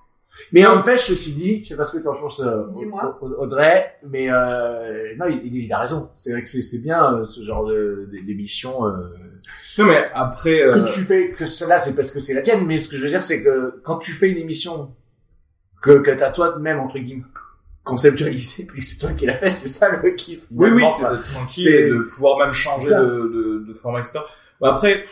Mais empêche, ceci dit, je sais pas ce que t'en penses, euh,
Dis-moi.
Au- Au- Audrey, mais euh, non, il, il- il a raison. C'est vrai que c'est c'est bien euh, ce genre de- de- d'émission. euh,
Non, mais après. euh,
que tu fais que cela c'est parce que c'est la tienne mais ce que je veux dire c'est que quand tu fais une émission que que t'as toi même entre guillemets conceptualisé puis c'est toi qui l'as fait c'est ça le kiff
Oui, oui,
Vraiment,
c'est
quoi.
d'être tranquille
c'est-
et de pouvoir même changer
c'est ça.
de, de, de format, etc. Mais après,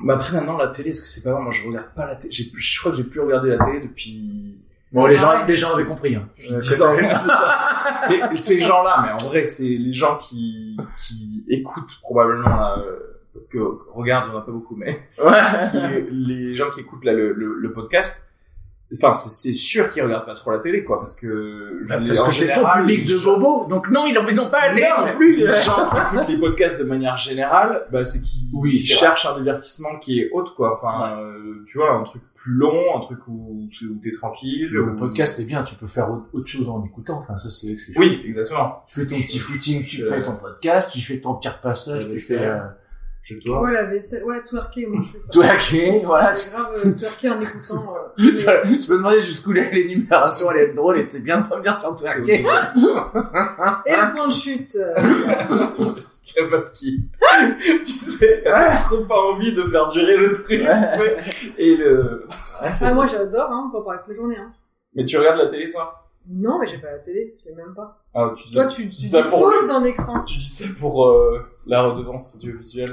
mais après maintenant, la télé, est-ce que c'est pas vrai Moi, je regarde pas la télé. J'ai plus- Je crois que j'ai plus regardé la télé depuis.
bon les gens
Ah Ouais.
les gens avaient compris hein. Euh,
dix
que-
ans. Mais ces gens-là, mais en vrai, c'est les gens qui, qui écoutent probablement, là, euh, parce que regarde, il y en a pas beaucoup, mais
ouais
qui- les gens qui écoutent là, le, le, le podcast, enfin, c'est c'est sûr qu'ils regardent pas trop la télé, quoi, parce que. je-
Bah, parce
en
que c'est ton
général,
public
les
de
gens-
bobo donc non ils n'en ils ont pas à télé
Non,
non plus
euh.
euh,
Les gens qui écoutent les podcasts de manière générale, bah, c'est qu'ils
Oui, c'est
cherchent un divertissement qui est haute, quoi. Enfin, euh, tu vois, un truc plus long, un truc où, où t'es tranquille.
le
Euh,
où-
podcast est bien tu peux faire autre autre chose en écoutant enfin ça c'est c'est-
Oui, exactement.
tu fais ton petit footing tu
Je-
fais ton podcast tu fais ton petit repassage
Je-
tu fais euh,
Je dois.
Ouais, la vaisselle, ouais, twerker, moi, je fais ça.
toi ok, voilà
C'est grave, euh, twerker en écoutant. euh, mais-
je me demandais jusqu'où la- l'énumération allait être drôle et c'est bien de revenir sur
C'est
Twerker.
Et le point de chute. euh,
La meuf qui, tu sais, elle a trop pas envie de faire durer le truc,
Ouais.
tu sais. Et le...
Ah, moi, j'adore, hein, pas pour la journée, hein.
Mais tu regardes la télé, toi
Non, mais j'ai pas la télé, je l'ai même pas.
Ah, tu dis,
Toi, tu, tu
dis ça pour
disposes d'un écran.
tu dis ça pour euh, la redevance audiovisuelle.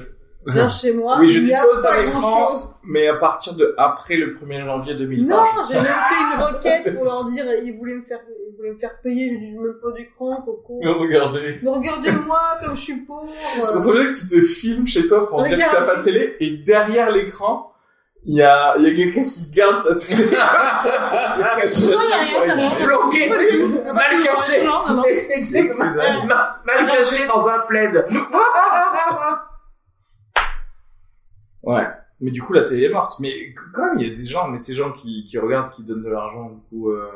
Viens chez moi,
Oui, je
il n'y a
dispose d'un
pas
écran.
grand-chose.
Mais à partir de après le 1er janvier 2020.
Non,
je-
j'ai même fait une requête pour leur dire, ils voulaient me faire, ils voulaient me faire payer, j'ai dit, je me pas du cran, coco.
Mais regardez.
Mais regardez-moi comme je suis pauvre.
C'est trop bien que tu te filmes chez toi pour dire que t'as
Regarde.
pas de télé et derrière l'écran, il y a, il y a quelqu'un qui garde ta télé comme ça pour se cacher
Non,
à
il y a
chaque
rien,
fois.
il y a rien.
Bloqué,
Pas du tout.
mal caché,
Non, non, non.
Exactement.
Évidemment.
Ma- mal caché dans un plaid.
Ouais. Mais du coup, la télé est morte. Mais c- quand même, il y a des gens, mais ces gens qui, qui regardent, qui donnent de l'argent, du coup, euh,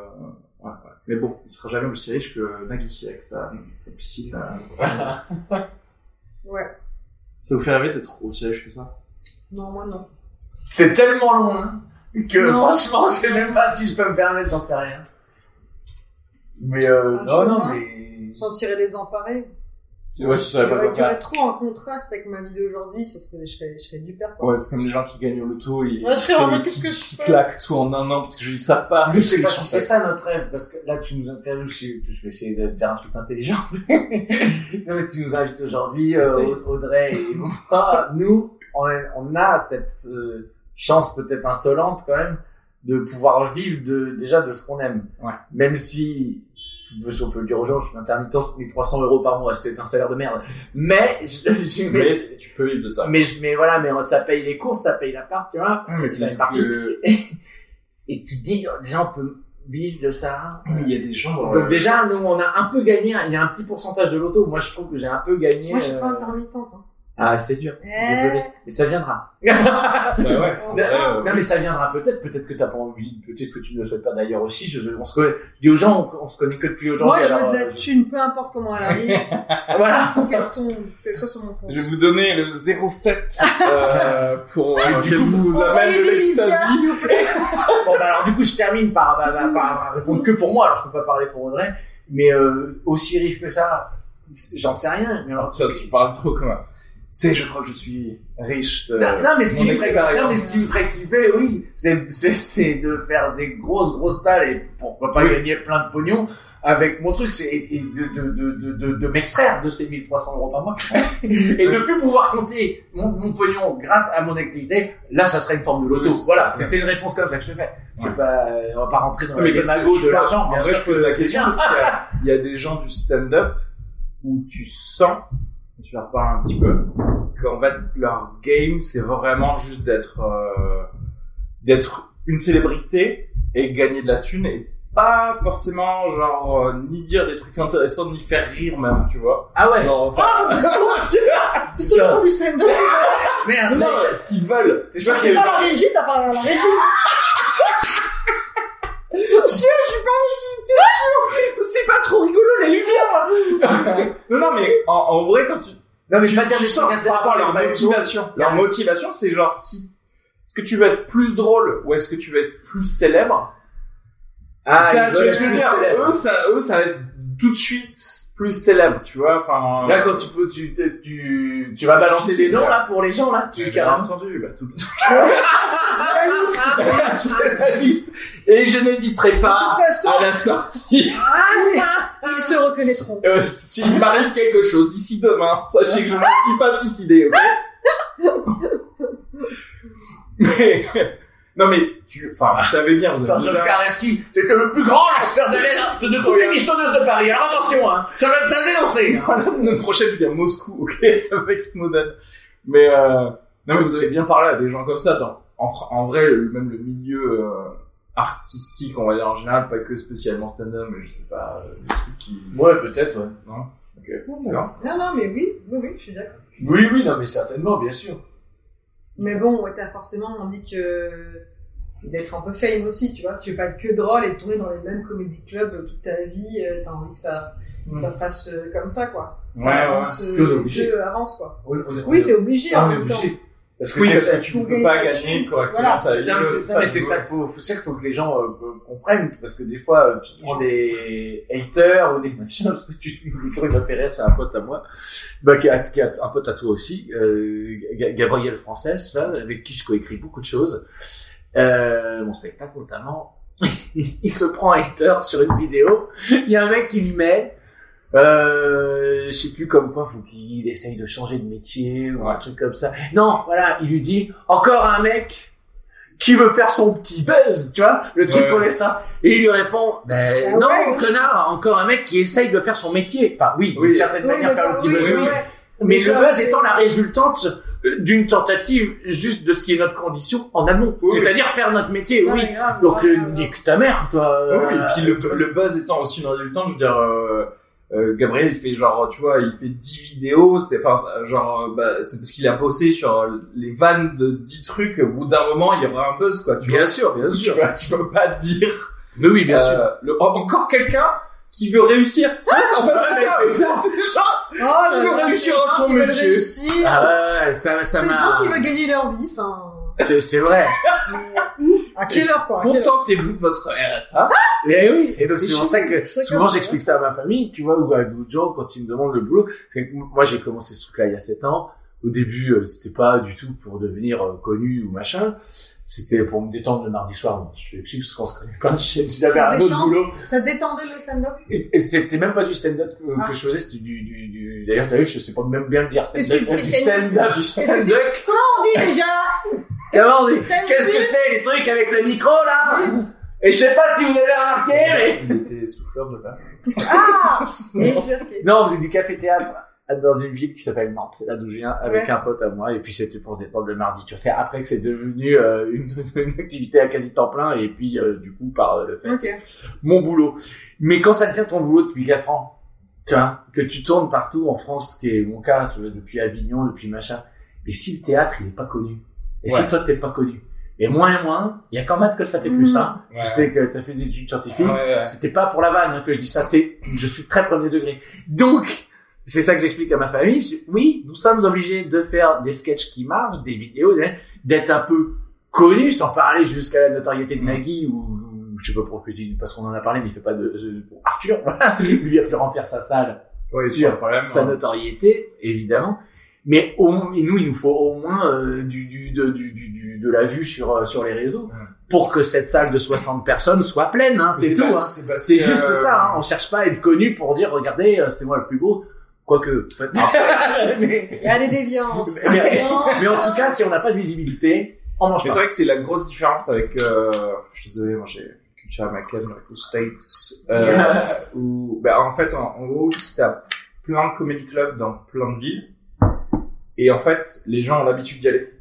ouais, ouais. Mais bon, il sera jamais aussi riche que Nagui avec sa, sa piscine. euh.
Ouais.
Ça vous fait rêver d'être aussi riche que ça?
Non, moi, non.
C'est tellement long hein, que
Non.
franchement, je sais même pas si je peux me permettre, j'en sais rien. Mais euh,
Un
non, non,
chemin.
mais
S'en tirer les emparés.
Ouais, tu saurais
Il y
pas
aurait,
quoi
il y aurait
faire.
trop en contraste avec ma vie d'aujourd'hui, c'est ce que je serais, je serais du père.
Ouais, c'est comme les gens qui gagnent au loto et
Ouais, je
c'est
serais vraiment,
eux
qu'est-ce que je
qui
fais
claquent tout en un an parce que je dis ça part.
lui, je sais pas si
Ils
c'est
sont-
ça notre rêve, parce que là, tu nous interviews, je je vais essayer de dire un truc intelligent. non, mais tu nous invites aujourd'hui, euh,
Essaye.
Audrey et moi, nous, on, est- on a cette euh, chance peut-être insolente quand même de pouvoir vivre de, déjà de ce qu'on aime.
Ouais.
Même si, si on peut le dire aux gens, je suis intermittent, mais 300 euros par mois, c'est un salaire de merde. Mais, je, je- mais,
Mais c'est- tu peux vivre de ça.
mais je- mais voilà, mais ça paye les courses, ça paye l'appart, tu vois.
Ouais, mais c'est
Ça fait
ce
partie.
que-
Et tu te dis, déjà, on peut vivre de ça.
Mais il y a des gens dans
Donc
le-
déjà, nous, on a un peu gagné. Il y a un petit pourcentage de l'auto. Moi, je trouve que j'ai un peu gagné.
Moi, je suis pas
euh,
intermittente. Hein.
Ah, c'est dur. Désolé. Mais ça viendra.
Bah ouais.
Eh,
Ouais,
oh,
ouais.
Non, mais ça viendra peut-être. Peut-être que t'as pas envie. Peut-être que tu ne le souhaites pas d'ailleurs aussi. Je, on se connaît. Je dis aux gens, on, on se connaît que depuis
Moi,
aujourd'hui.
je veux
alors,
de la
euh,
thune, peu importe comment elle arrive.
Ah, Voilà.
Il faut qu'elle tombe, qu'elle soit sur mon compte.
Je vais vous donner le 07 euh, pour euh,
Du
que
coup,
vous amène de
Envoyez des
l'extasie.
lilas, s'il vous
Eh,
plaît.
Bon, bah, alors, du coup, je termine par, par, par- par répondre que pour moi. Alors, je peux pas parler pour Audrey. Mais euh, aussi riche que ça, j'en sais rien. Mais alors,
Ça, tu parles trop comme un- Tu sais, je crois que je suis riche de...
Non, non, mais ce qui
Mon
me ferait,
expérience.
non, mais ce qui me ferait kiffer, oui, c'est, c'est, c'est de faire des grosses, grosses talles et pourquoi pas
Oui.
gagner plein de pognon avec mon truc, c'est et de, de, de, de, de, de m'extraire de ces 1300 euros par mois et de plus pouvoir compter mon, mon pognon grâce à mon activité. Là, ça serait une forme de loto.
Oui, c'est
voilà,
ça,
c'est,
ouais.
c'est une réponse comme ça que je te fais. C'est
Ouais.
pas, euh, on va pas rentrer dans
Non, Ah, mais
la
parce que
démagogie
je
de
parle-
l'argent,
en
bien
vrai,
sûr
je pose la
c'est
question
bien.
parce qu'il y a- il y, a des gens du stand-up où tu sens, je leur parle un petit peu, qu'en fait leur game c'est vraiment juste d'être euh, d'être une célébrité et gagner de la thune et pas forcément genre euh, ni dire des trucs intéressants ni faire rire même tu vois
Ah ouais
genre enfin,
Ah, bah, c'est le premier stand-up,
Merde
non, Ah, mais ce qu'ils veulent
C'est
Tu vois,
sûr
c'est
c'est-
pas la régie, t'as pas la régie.
c'est pas trop rigolo les lumières non non mais en, en vrai quand tu
Non mais je vais pas dire
tu
des
sens
trucs
par rapport à leur
intéressants.
motivation leur motivation c'est genre si est-ce que tu veux être plus drôle ou est-ce que tu veux être plus célèbre
Ah,
ça,
ils
tu
veulent
vois
être
ce que je veux
plus
dire
célèbres.
Eux, ça, eux, ça va être tout de suite plus célèbre, tu vois. Enfin, euh,
Là, quand tu peux, tu, tu, tu, tu vas balancer des noms, là, pour les gens, là, tu
tu
es
bien
carrément.
entendu, bah, tout... Ah,
C'est la liste.
Et je n'hésiterai
De
pas
toute façon,
à la sortie.
ils se reconnaîtront.
Euh, S'il m'arrive quelque chose d'ici demain, sachez que je ne me suis pas suicidé, ok Mais. Non, mais tu. Enfin, vous savez bien, vous avez
Jean-Jacques
déjà.
Skarneski, c'était le plus grand lanceur de lettres de toutes les michetonneuses de Paris. Alors attention, hein, ça va te dénoncer.
Voilà, la semaine prochaine, je viens à Moscou, ok Avec Snowden. Mais. Euh... Non, mais vous avez bien parlé à des gens comme ça. Dans... En, fr- en vrai, le- même le milieu euh, artistique, on va dire en général, pas que spécialement stand-up, mais je sais pas, euh, des trucs qui.
Ouais, peut-être, ouais.
Ok. Non.
Non, non, mais oui, oui, oui, je suis d'accord.
Oui, oui, non, mais certainement, bien sûr.
Mais bon, ouais, t'as forcément envie que d'être un peu fame aussi, tu vois. Tu veux pas être que drôle et tourner dans les mêmes comédie clubs toute ta vie. euh, T'as envie que ça, que ça fasse euh, comme ça, quoi. Ça
Ouais, ouais.
avance, euh,
Puis on est
les
obligé.
deux avancent, quoi.
On- on-
Oui,
on-
t'es obligé
Ah,
en
on est
même temps.
obligé. Parce que
Oui,
c'est
parce
ça.
que tu
pour
peux
gagner
pas
ta
gagner
thune.
correctement
Voilà.
ta vie.
Non, mais c'est ça, mais c'est
tu
ça qu'il faut, c'est ça qu'il faut que les gens euh, euh, comprennent, parce que des fois, euh, tu prends des haters ou des machins, parce que tu, le jour il m'a fait rire, c'est un pote à moi, bah, qui, a, qui a un pote à toi aussi, euh, Ga- Gabriel Frances, là, avec qui je coécris beaucoup de choses, euh, mon spectacle notamment, il se prend hater sur une vidéo, il y a un mec qui lui met, euh, je sais plus comme quoi, faut qu'il essaye de changer de métier ou un
Ouais.
truc comme ça. Non, voilà, il lui dit, encore un mec qui veut faire son petit buzz, tu vois, le truc
Ouais.
qu'on est ça. Et il lui répond, ben
Ah
non,
ouais.
connard, encore un mec qui essaye de faire son métier. Enfin, oui,
Oui.
d'une certaine
Oui,
manière, faire le
d'accord,
petit
oui,
buzz.
oui,
oui.
ouais.
Mais
Mais
le
là,
buzz
c'est-
étant la résultante euh, d'une tentative juste de ce qui est notre condition en amont.
Oui,
C'est-à-dire faire notre métier,
Non,
oui.
mais grave,
Donc,
grave,
euh,
grave.
nique ta mère, toi.
vois. Ah Oui,
euh,
et puis le, le buzz étant aussi une résultante, je veux dire, euh, euh, Gabriel, il fait genre, tu vois, il fait 10 vidéos, c'est enfin, ça, genre, euh, bah, c'est parce qu'il a bossé sur euh, les vannes de 10 trucs, au bout d'un moment, il y aura un buzz, quoi, tu
Bien
vois.
sûr, bien
Tu,
sûr.
vois, tu peux pas dire,
Mais oui, bien
euh,
sûr.
le- oh, encore quelqu'un qui veut réussir. Tu
Ah,
vois, en fait,
Ouais,
c'est ça,
c'est
c'est ça, c'est genre,
Oh là
qui veut
là,
réussir
c'est
à son
gens qui veulent
métier.
réussir.
Ah ouais, ça,
C'est
ça
des gens qui
m'a.
veulent gagner leur vie, enfin.
C'est c'est vrai.
c'est- À quelle heure, quoi à quelle heure
contentez-vous de votre RSA.
Mais oui, et donc
C'est
c'est pour
chaud.
ça que
Chacun
souvent
son
j'explique ça à ma famille, tu vois, ou à d'autres gens quand ils me demandent le boulot. C'est que moi j'ai commencé ce truc-là il y a 7 ans. Au début, euh, c'était pas du tout pour devenir euh, connu ou machin. C'était pour me détendre le mardi soir. Moi, Je suis flexible parce qu'on se connaît pas. J'ai- J'avais
Pour
un autre
détendre.
boulot.
Ça détendait le stand-up
Et, et c'était même pas du stand-up que,
Ah.
que je faisais. C'était du, du, du... d'ailleurs, t'as vu, je sais pas même bien le dire.
Qu'est-ce
Stand-up,
que c'est
du
que
stand-up, du
que
stand-up.
On dit déjà
Comment on dit
Stand-up.
Qu'est-ce que c'est les trucs avec le micro là Et je sais pas si vous avez remarqué, mais
Il était souffleur de la
Ah Et twerker.
Non, on faisait du café-théâtre dans une ville qui s'appelle Nantes. C'est là d'où je viens, avec un pote à moi. Et puis c'était pour se détendre le mardi. Tu vois, c'est après que c'est devenu euh, une, une activité à quasi temps plein. Et puis, euh, du coup, par euh, le fait,
Ok.
mon boulot. Mais quand ça devient ton boulot depuis 4 ans, tu vois, que tu tournes partout en France, ce qui est mon cas, tu vois, depuis Avignon, depuis machin. Mais si le théâtre, il est pas connu. Et
Ouais.
si toi, t'es pas connu. Et moins et moins, il y a quand même que ça fait plus,
Mhm.
hein.
Ouais.
Je sais que t'as fait des études scientifiques.
Ouais.
C'était pas pour la vanne hein, que je dis ça, c'est je suis très premier degré. Donc, c'est ça que j'explique à ma famille. Je- Oui, nous sommes obligés de faire des sketchs qui marchent, des vidéos, d'être- d'être un peu connus, sans parler jusqu'à la notoriété de
Mm.
Nagui ou, ou je sais pas pourquoi je dis, parce qu'on en a parlé, mais il fait pas de, de- pour Arthur. voilà. Lui a pu remplir sa salle,
Ouais,
Sûr.
c'est pas un problème.
sa
hein.
notoriété, évidemment. Mais au, et nous, il nous faut au moins euh, du, du, de, du, du- du- de la vue sur, euh, sur les réseaux
Mm.
pour que cette salle de 60 personnes soit pleine. Hein, c'est tout.
pas-
hein.
pas-
C'est
euh,
juste ça, hein. on cherche pas à être connu pour dire regardez, euh, c'est moi le plus beau, quoique. peut-être. mais,
Il y a des déviances.
Mais- mais en tout cas, si on n'a pas de visibilité, on mange
Mais
pas.
c'est vrai que c'est la grosse différence avec. Euh, je suis désolé, moi j'ai culture américaine, aux States. Euh,
Yes.
Où, bah, en fait, en, en gros, si t'as plein de comedy clubs dans plein de villes. Et en fait, les gens ont l'habitude d'y aller.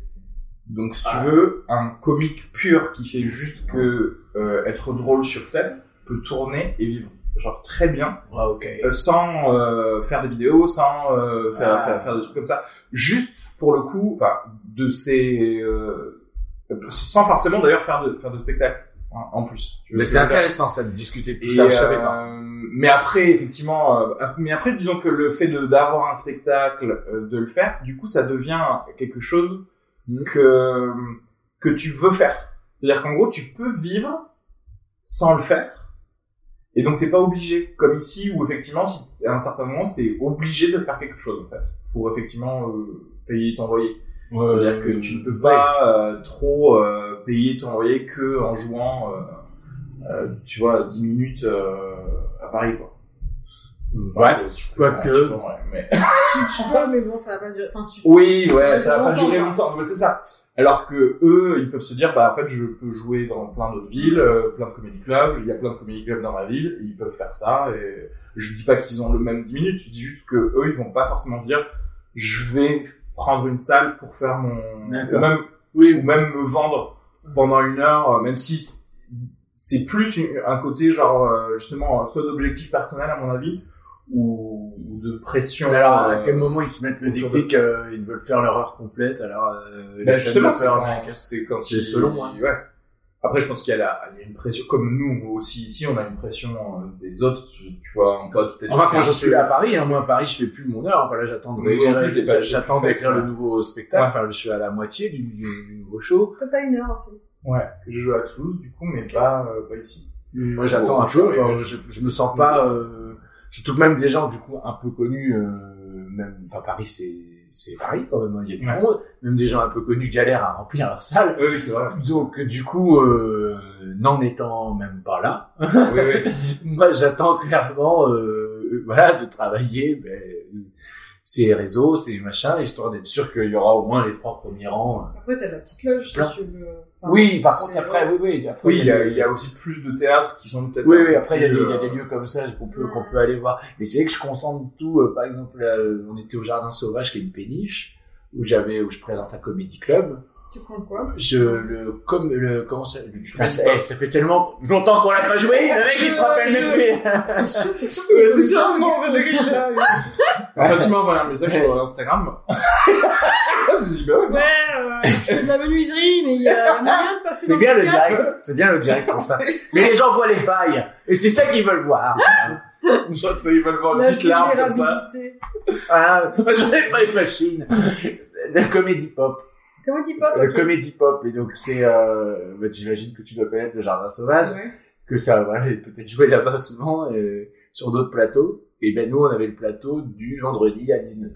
Donc, si tu
Ah.
veux, un comique pur qui fait juste que euh, être drôle sur scène peut tourner et vivre genre très bien
Ouais, ok.
euh, sans euh, faire des vidéos, sans euh, faire,
Ah.
faire, faire des trucs comme ça. Juste pour le coup, enfin, de ces euh, sans forcément d'ailleurs faire de faire de spectacle en, en plus. Tu vois
Mais
ce que
c'est
je veux dire
intéressant, ça, de discuter de tout
et,
ça, je savais
euh,
pas.
Mais après, effectivement, euh, mais après, disons que le fait de d'avoir un spectacle, euh, de le faire, du coup, ça devient quelque chose
Mhm.
que que tu veux faire. C'est-à-dire qu'en gros, tu peux vivre sans le faire, et donc t'es pas obligé, comme ici où effectivement, si t- à un certain moment, t'es obligé de faire quelque chose en fait, pour effectivement euh, payer ton loyer. C'est-à-dire que tu ne peux pas euh, trop euh, payer ton loyer que en jouant, euh, euh, tu vois, 10 minutes euh, à Paris, quoi.
Ouais,
tu peux-
quoique.
tu peux, ouais, mais-
Tu vois, mais bon, ça va pas durer. Enfin, si tu-
Oui,
Ça
ouais,
va
ça va
durer
pas durer
longtemps,
longtemps, mais c'est ça. Alors que eux, ils peuvent se dire, bah, en fait, je peux jouer dans plein d'autres villes, euh, plein de comédie clubs, il y a plein de comédie clubs dans ma ville, et ils peuvent faire ça, et je dis pas qu'ils ont le même 10 minutes, je dis juste que eux, ils vont pas forcément se dire, je vais prendre une salle pour faire mon,
D'accord.
ou même
Oui,
ou même me vendre pendant une heure, euh, même si c- c'est plus une- un côté genre euh, justement euh, soit d'objectif personnel à mon avis ou, ou de pression.
Mais alors, à
euh,
quel moment ils se mettent le
autour
déclic, euh, ils veulent faire leur heure complète, alors euh, les
bah, justement, c'est
stand-uppers
quand,
américains.
c'est quand
C'est
il-
selon, hein.
ouais. Après, je pense qu'il y a, la- il y a une pression, comme nous aussi ici, on a une pression euh, des autres, tu, tu vois, en pote, peut-être.
Enfin, quand
faire
je
un
suis
peu-
là à Paris, hein, moi à Paris, je fais plus mon heure. Enfin, là, j'attends de
Moi non plus, je l'ai pas-
j'attends
je l'ai
d'écrire
fait,
le
ouais.
nouveau spectacle.
Ouais.
Enfin, je suis à la moitié du, du- du nouveau show.
Toi, t'as une heure aussi.
Ouais, que je joue à Toulouse, du coup, mais pas, euh, pas ici.
Moi, j'attends
Bon,
un peu.
ouais.
Enfin, je, je me sens pas. Euh, je trouve même des gens du coup un peu connus. euh, même, enfin, Paris, c'est c'est Paris quand même. hein, Il y a du
Ouais.
monde. Même des gens un peu connus galèrent à remplir leur salle.
Oui, oui, c'est vrai.
Donc, du coup, euh, n'en étant même pas là,
oui, oui.
Moi, j'attends clairement, euh, voilà, de travailler ben, ces réseaux, ces machins, histoire d'être sûr qu'il y aura au moins les trois premiers rangs.
Après, t'as la petite loge, si
Plein.
tu veux. Enfin,
Oui, par
Ah, c'est-
contre, après, oui, oui, après,
Oui, il y, a, il y a aussi plus de théâtres qui sont peut-être.
oui,
un
oui,
peu
après, il y, a des-
plus,
il y a des
euh,
lieux comme ça qu'on peut, qu'on peut aller voir. Mais c'est vrai que je concentre tout. euh, par exemple, là, euh, on était au Jardin Sauvage, qui est une péniche, où j'avais, où je présente un comédie club.
Tu prends quoi
Je, le, comme, le, comment ça, le- putain,
sais
ça,
pas.
eh, ça fait tellement longtemps qu'on l'a pas joué, le mec, il se rappelle même plus.
T'es sûr t'es sûr qu'il y a
Euh,
des
T'es sûr
gens-
Non, Valérie, il est là. Ah, En fait, tu m'as envoyé un message sur Instagram. Je dis, bah ouais.
Ouais, euh, je fais de la menuiserie, mais il y a moyen de passer
C'est
dans
bien le
podcast.
direct, c'est bien le direct pour ça. Mais les gens voient les failles, et c'est ça qu'ils veulent voir.
Genre, tu sais, ils veulent voir une
La
petite larme comme ça.
vulnérabilité.
Voilà, je n'ai ah, pas les machines. La comédie pop,
Comment tu pas
le comédie pop, et donc c'est, euh, bah, j'imagine que tu dois connaître le Jardin Sauvage, que ça, voilà, et peut-être jouer là-bas souvent, euh, sur d'autres plateaux. Et ben nous, on avait le plateau du vendredi à 19h.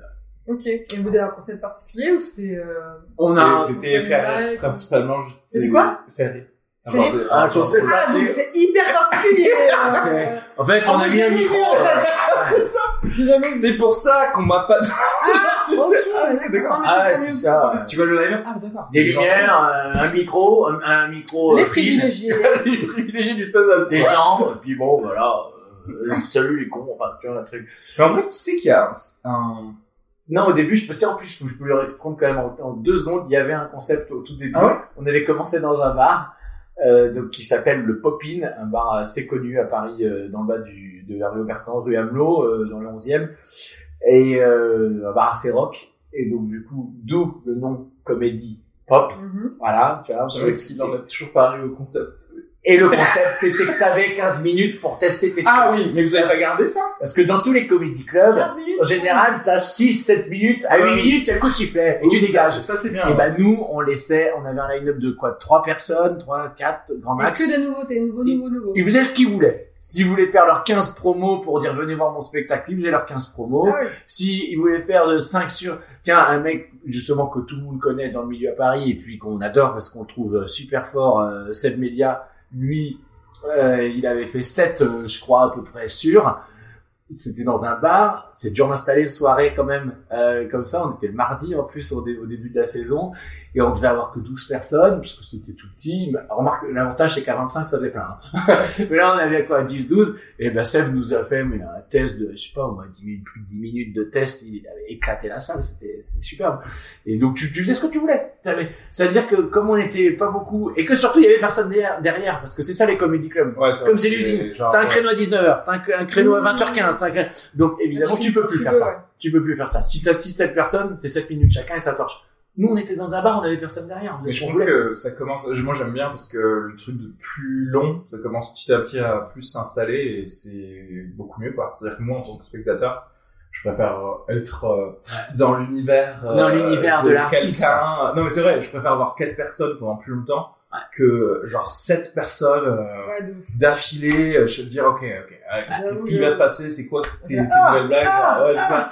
Ok. Et vous avez un concept particulier ou c'était euh,
On
C'est-
a
C'était Ferré, principalement. je-
C'était quoi
Ferré.
Ferré
Avoir de-
un concept
Ah, donc
particulier.
c'est hyper particulier. euh,
C'est- En fait, on a mis un
Enregistré,
micro.
C'est ça.
J'ai jamais vu.
C'est pour ça qu'on m'a pas. Tu sais.
Ok,
Ah,
mais
c'est
d'accord.
d'accord.
Ah, c'est ça. ouais.
Tu vois le live Ah, d'accord.
Des
c'est genre-
lumières, euh, un micro, un, un micro.
Les
euh, fil.
privilégiés.
Les privilégiés du stand-up.
des gens, et puis bon, voilà, euh, salut les cons, enfin, tu vois, un truc.
Mais en vrai, qui c'est qu'il y a un- un.
Non, au début, je pensais, en plus, je peux le répondre quand même en, en deux secondes, il y avait un concept au tout début.
Ah ouais
On avait commencé dans un bar, euh, donc, qui s'appelle le Popin, un bar assez connu à Paris, euh, dans le bas du, de la rue Bertrand, rue Hamelot, euh, dans le 11e. Et, euh, un bar assez rock. Et donc, du coup, d'où le nom comédie pop.
Mhm.
Voilà, tu vois.
J'avais ce qu'il en a toujours parlé au concept.
Et le concept, c'était que t'avais 15 minutes pour tester tes
Ah
trucs.
oui, mais vous avez regardé ça
Parce que dans tous les comédie clubs,
15 minutes.
En général, t'as 6, 7 minutes. À 8
Ouais.
minutes, c'est le coup de sifflet. Et tu
Oui, ça,
dégages.
Ça, c'est bien.
Et bah, nous, on laissait, on avait un line-up de quoi? 3 personnes, 3, 4, grand
Et
max.
que des nouveautés, nouveau, nouveau, nouveau.
Ils faisaient ce qu'ils voulaient. S'ils voulaient faire leurs 15 promos pour dire venez voir mon spectacle, ils faisaient leurs 15 promos.
Ah ouais.
S'ils voulaient faire de 5 sur, tiens, un mec, justement, que tout le monde connaît dans le milieu à Paris et puis qu'on adore parce qu'on le trouve euh, super fort, euh, Seb euh, Melia, lui, euh, il avait fait 7, je crois, à peu près sûr. c'était dans un bar, c'est dur d'installer une soirée quand même euh, comme ça. On était le mardi en plus au, dé- au début de la saison et on devait avoir que 12 personnes parce que c'était tout petit. Mais Remarque, l'avantage c'est qu'à 25 ça faisait plein. hein. mais là on avait quoi 10-12 et ben Seb nous a fait mais, un test de, je sais pas, au moins 10 minutes, plus de 10 minutes de test. Il avait éclaté la salle, c'était c'était superbe. Et donc tu, tu faisais ce que tu voulais. T'avais- Ça veut dire que comme on n'était pas beaucoup et que surtout il y avait personne derrière, derrière parce que c'est ça les comedy clubs.
Ouais, ça,
Comme c'est l'usine.
genre,
T'as un
ouais.
créneau à 19h, t'as un, cr- un créneau à 20h15, t'as un cré- Donc évidemment, Mmh. tu peux plus faire ça. Tu peux plus faire ça. Si t'as 6-7 personnes, c'est 7 minutes chacun et ça torche. Nous, on était dans un bar, on avait personne derrière. on
Mais je
faisait hein,
pense
ce qu'on voulait.
que ça commence. Moi, j'aime bien parce que le truc de plus long, ça commence petit à petit à plus s'installer et c'est beaucoup mieux, quoi. C'est-à-dire que moi, en tant que spectateur, je préfère euh, être euh, dans l'univers euh,
Dans l'univers de l'artiste.
quelqu'un. Non, mais c'est vrai. Je préfère avoir quatre personnes pendant plus longtemps
Ouais.
que genre sept personnes. euh,
Ouais, de ouf.
d'affilée, euh, je vais te dire, ok, ok, allez,
Ah,
qu'est-ce
oui,
qui
oui.
va se passer, c'est quoi tes, tes nouvelles blagues, ouais, c'est ça.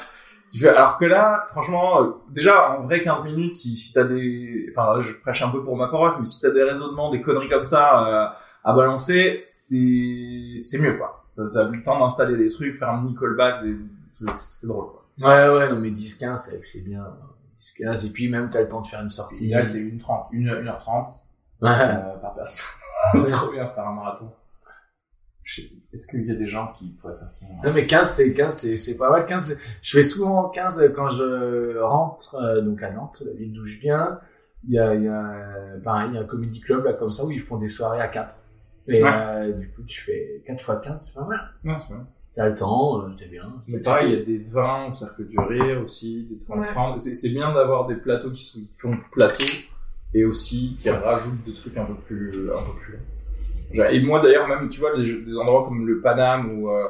Tu fais- alors que là, franchement, euh, déjà, en vrai, 15 minutes, si, si t'as des, enfin, là, je prêche un peu pour ma paroisse, mais si t'as des raisonnements, des conneries comme ça, euh, à balancer, c'est, c'est mieux, quoi. T'as t'as le temps d'installer des trucs, faire un mini callback, des- c'est- c'est drôle, quoi.
Ouais, ouais, non, mais 10-15, c'est- c'est bien. 10-15, et puis même, t'as le temps de faire une sortie.
L'idéal, c'est 1h30, 1h30,
Ouais.
euh, par personne. Trop bien faire un marathon. Je sais- Est-ce qu'il y a des gens qui pourraient faire ça?
Non mais 15 c'est 15 c'est c'est pas mal 15 c'est- je fais souvent 15 euh, quand je rentre euh, donc à Nantes la ville d'où je viens il y a il y a euh, pareil il y a un comedy club là comme ça où ils font des soirées à 4 et
Ouais.
euh, du coup tu fais 4 fois 15 c'est pas mal
Non, c'est vrai.
t'as le temps euh, t'es bien
Mais pareil, il y a des vins au cercle du rire aussi, des 30
Ouais.
C'est c'est bien d'avoir des plateaux qui, sont- qui font plateau et aussi qui rajoutent des trucs un peu plus, un peu plus. longs. Genre, Et moi d'ailleurs même, tu vois, des, des endroits comme le Paname ou euh,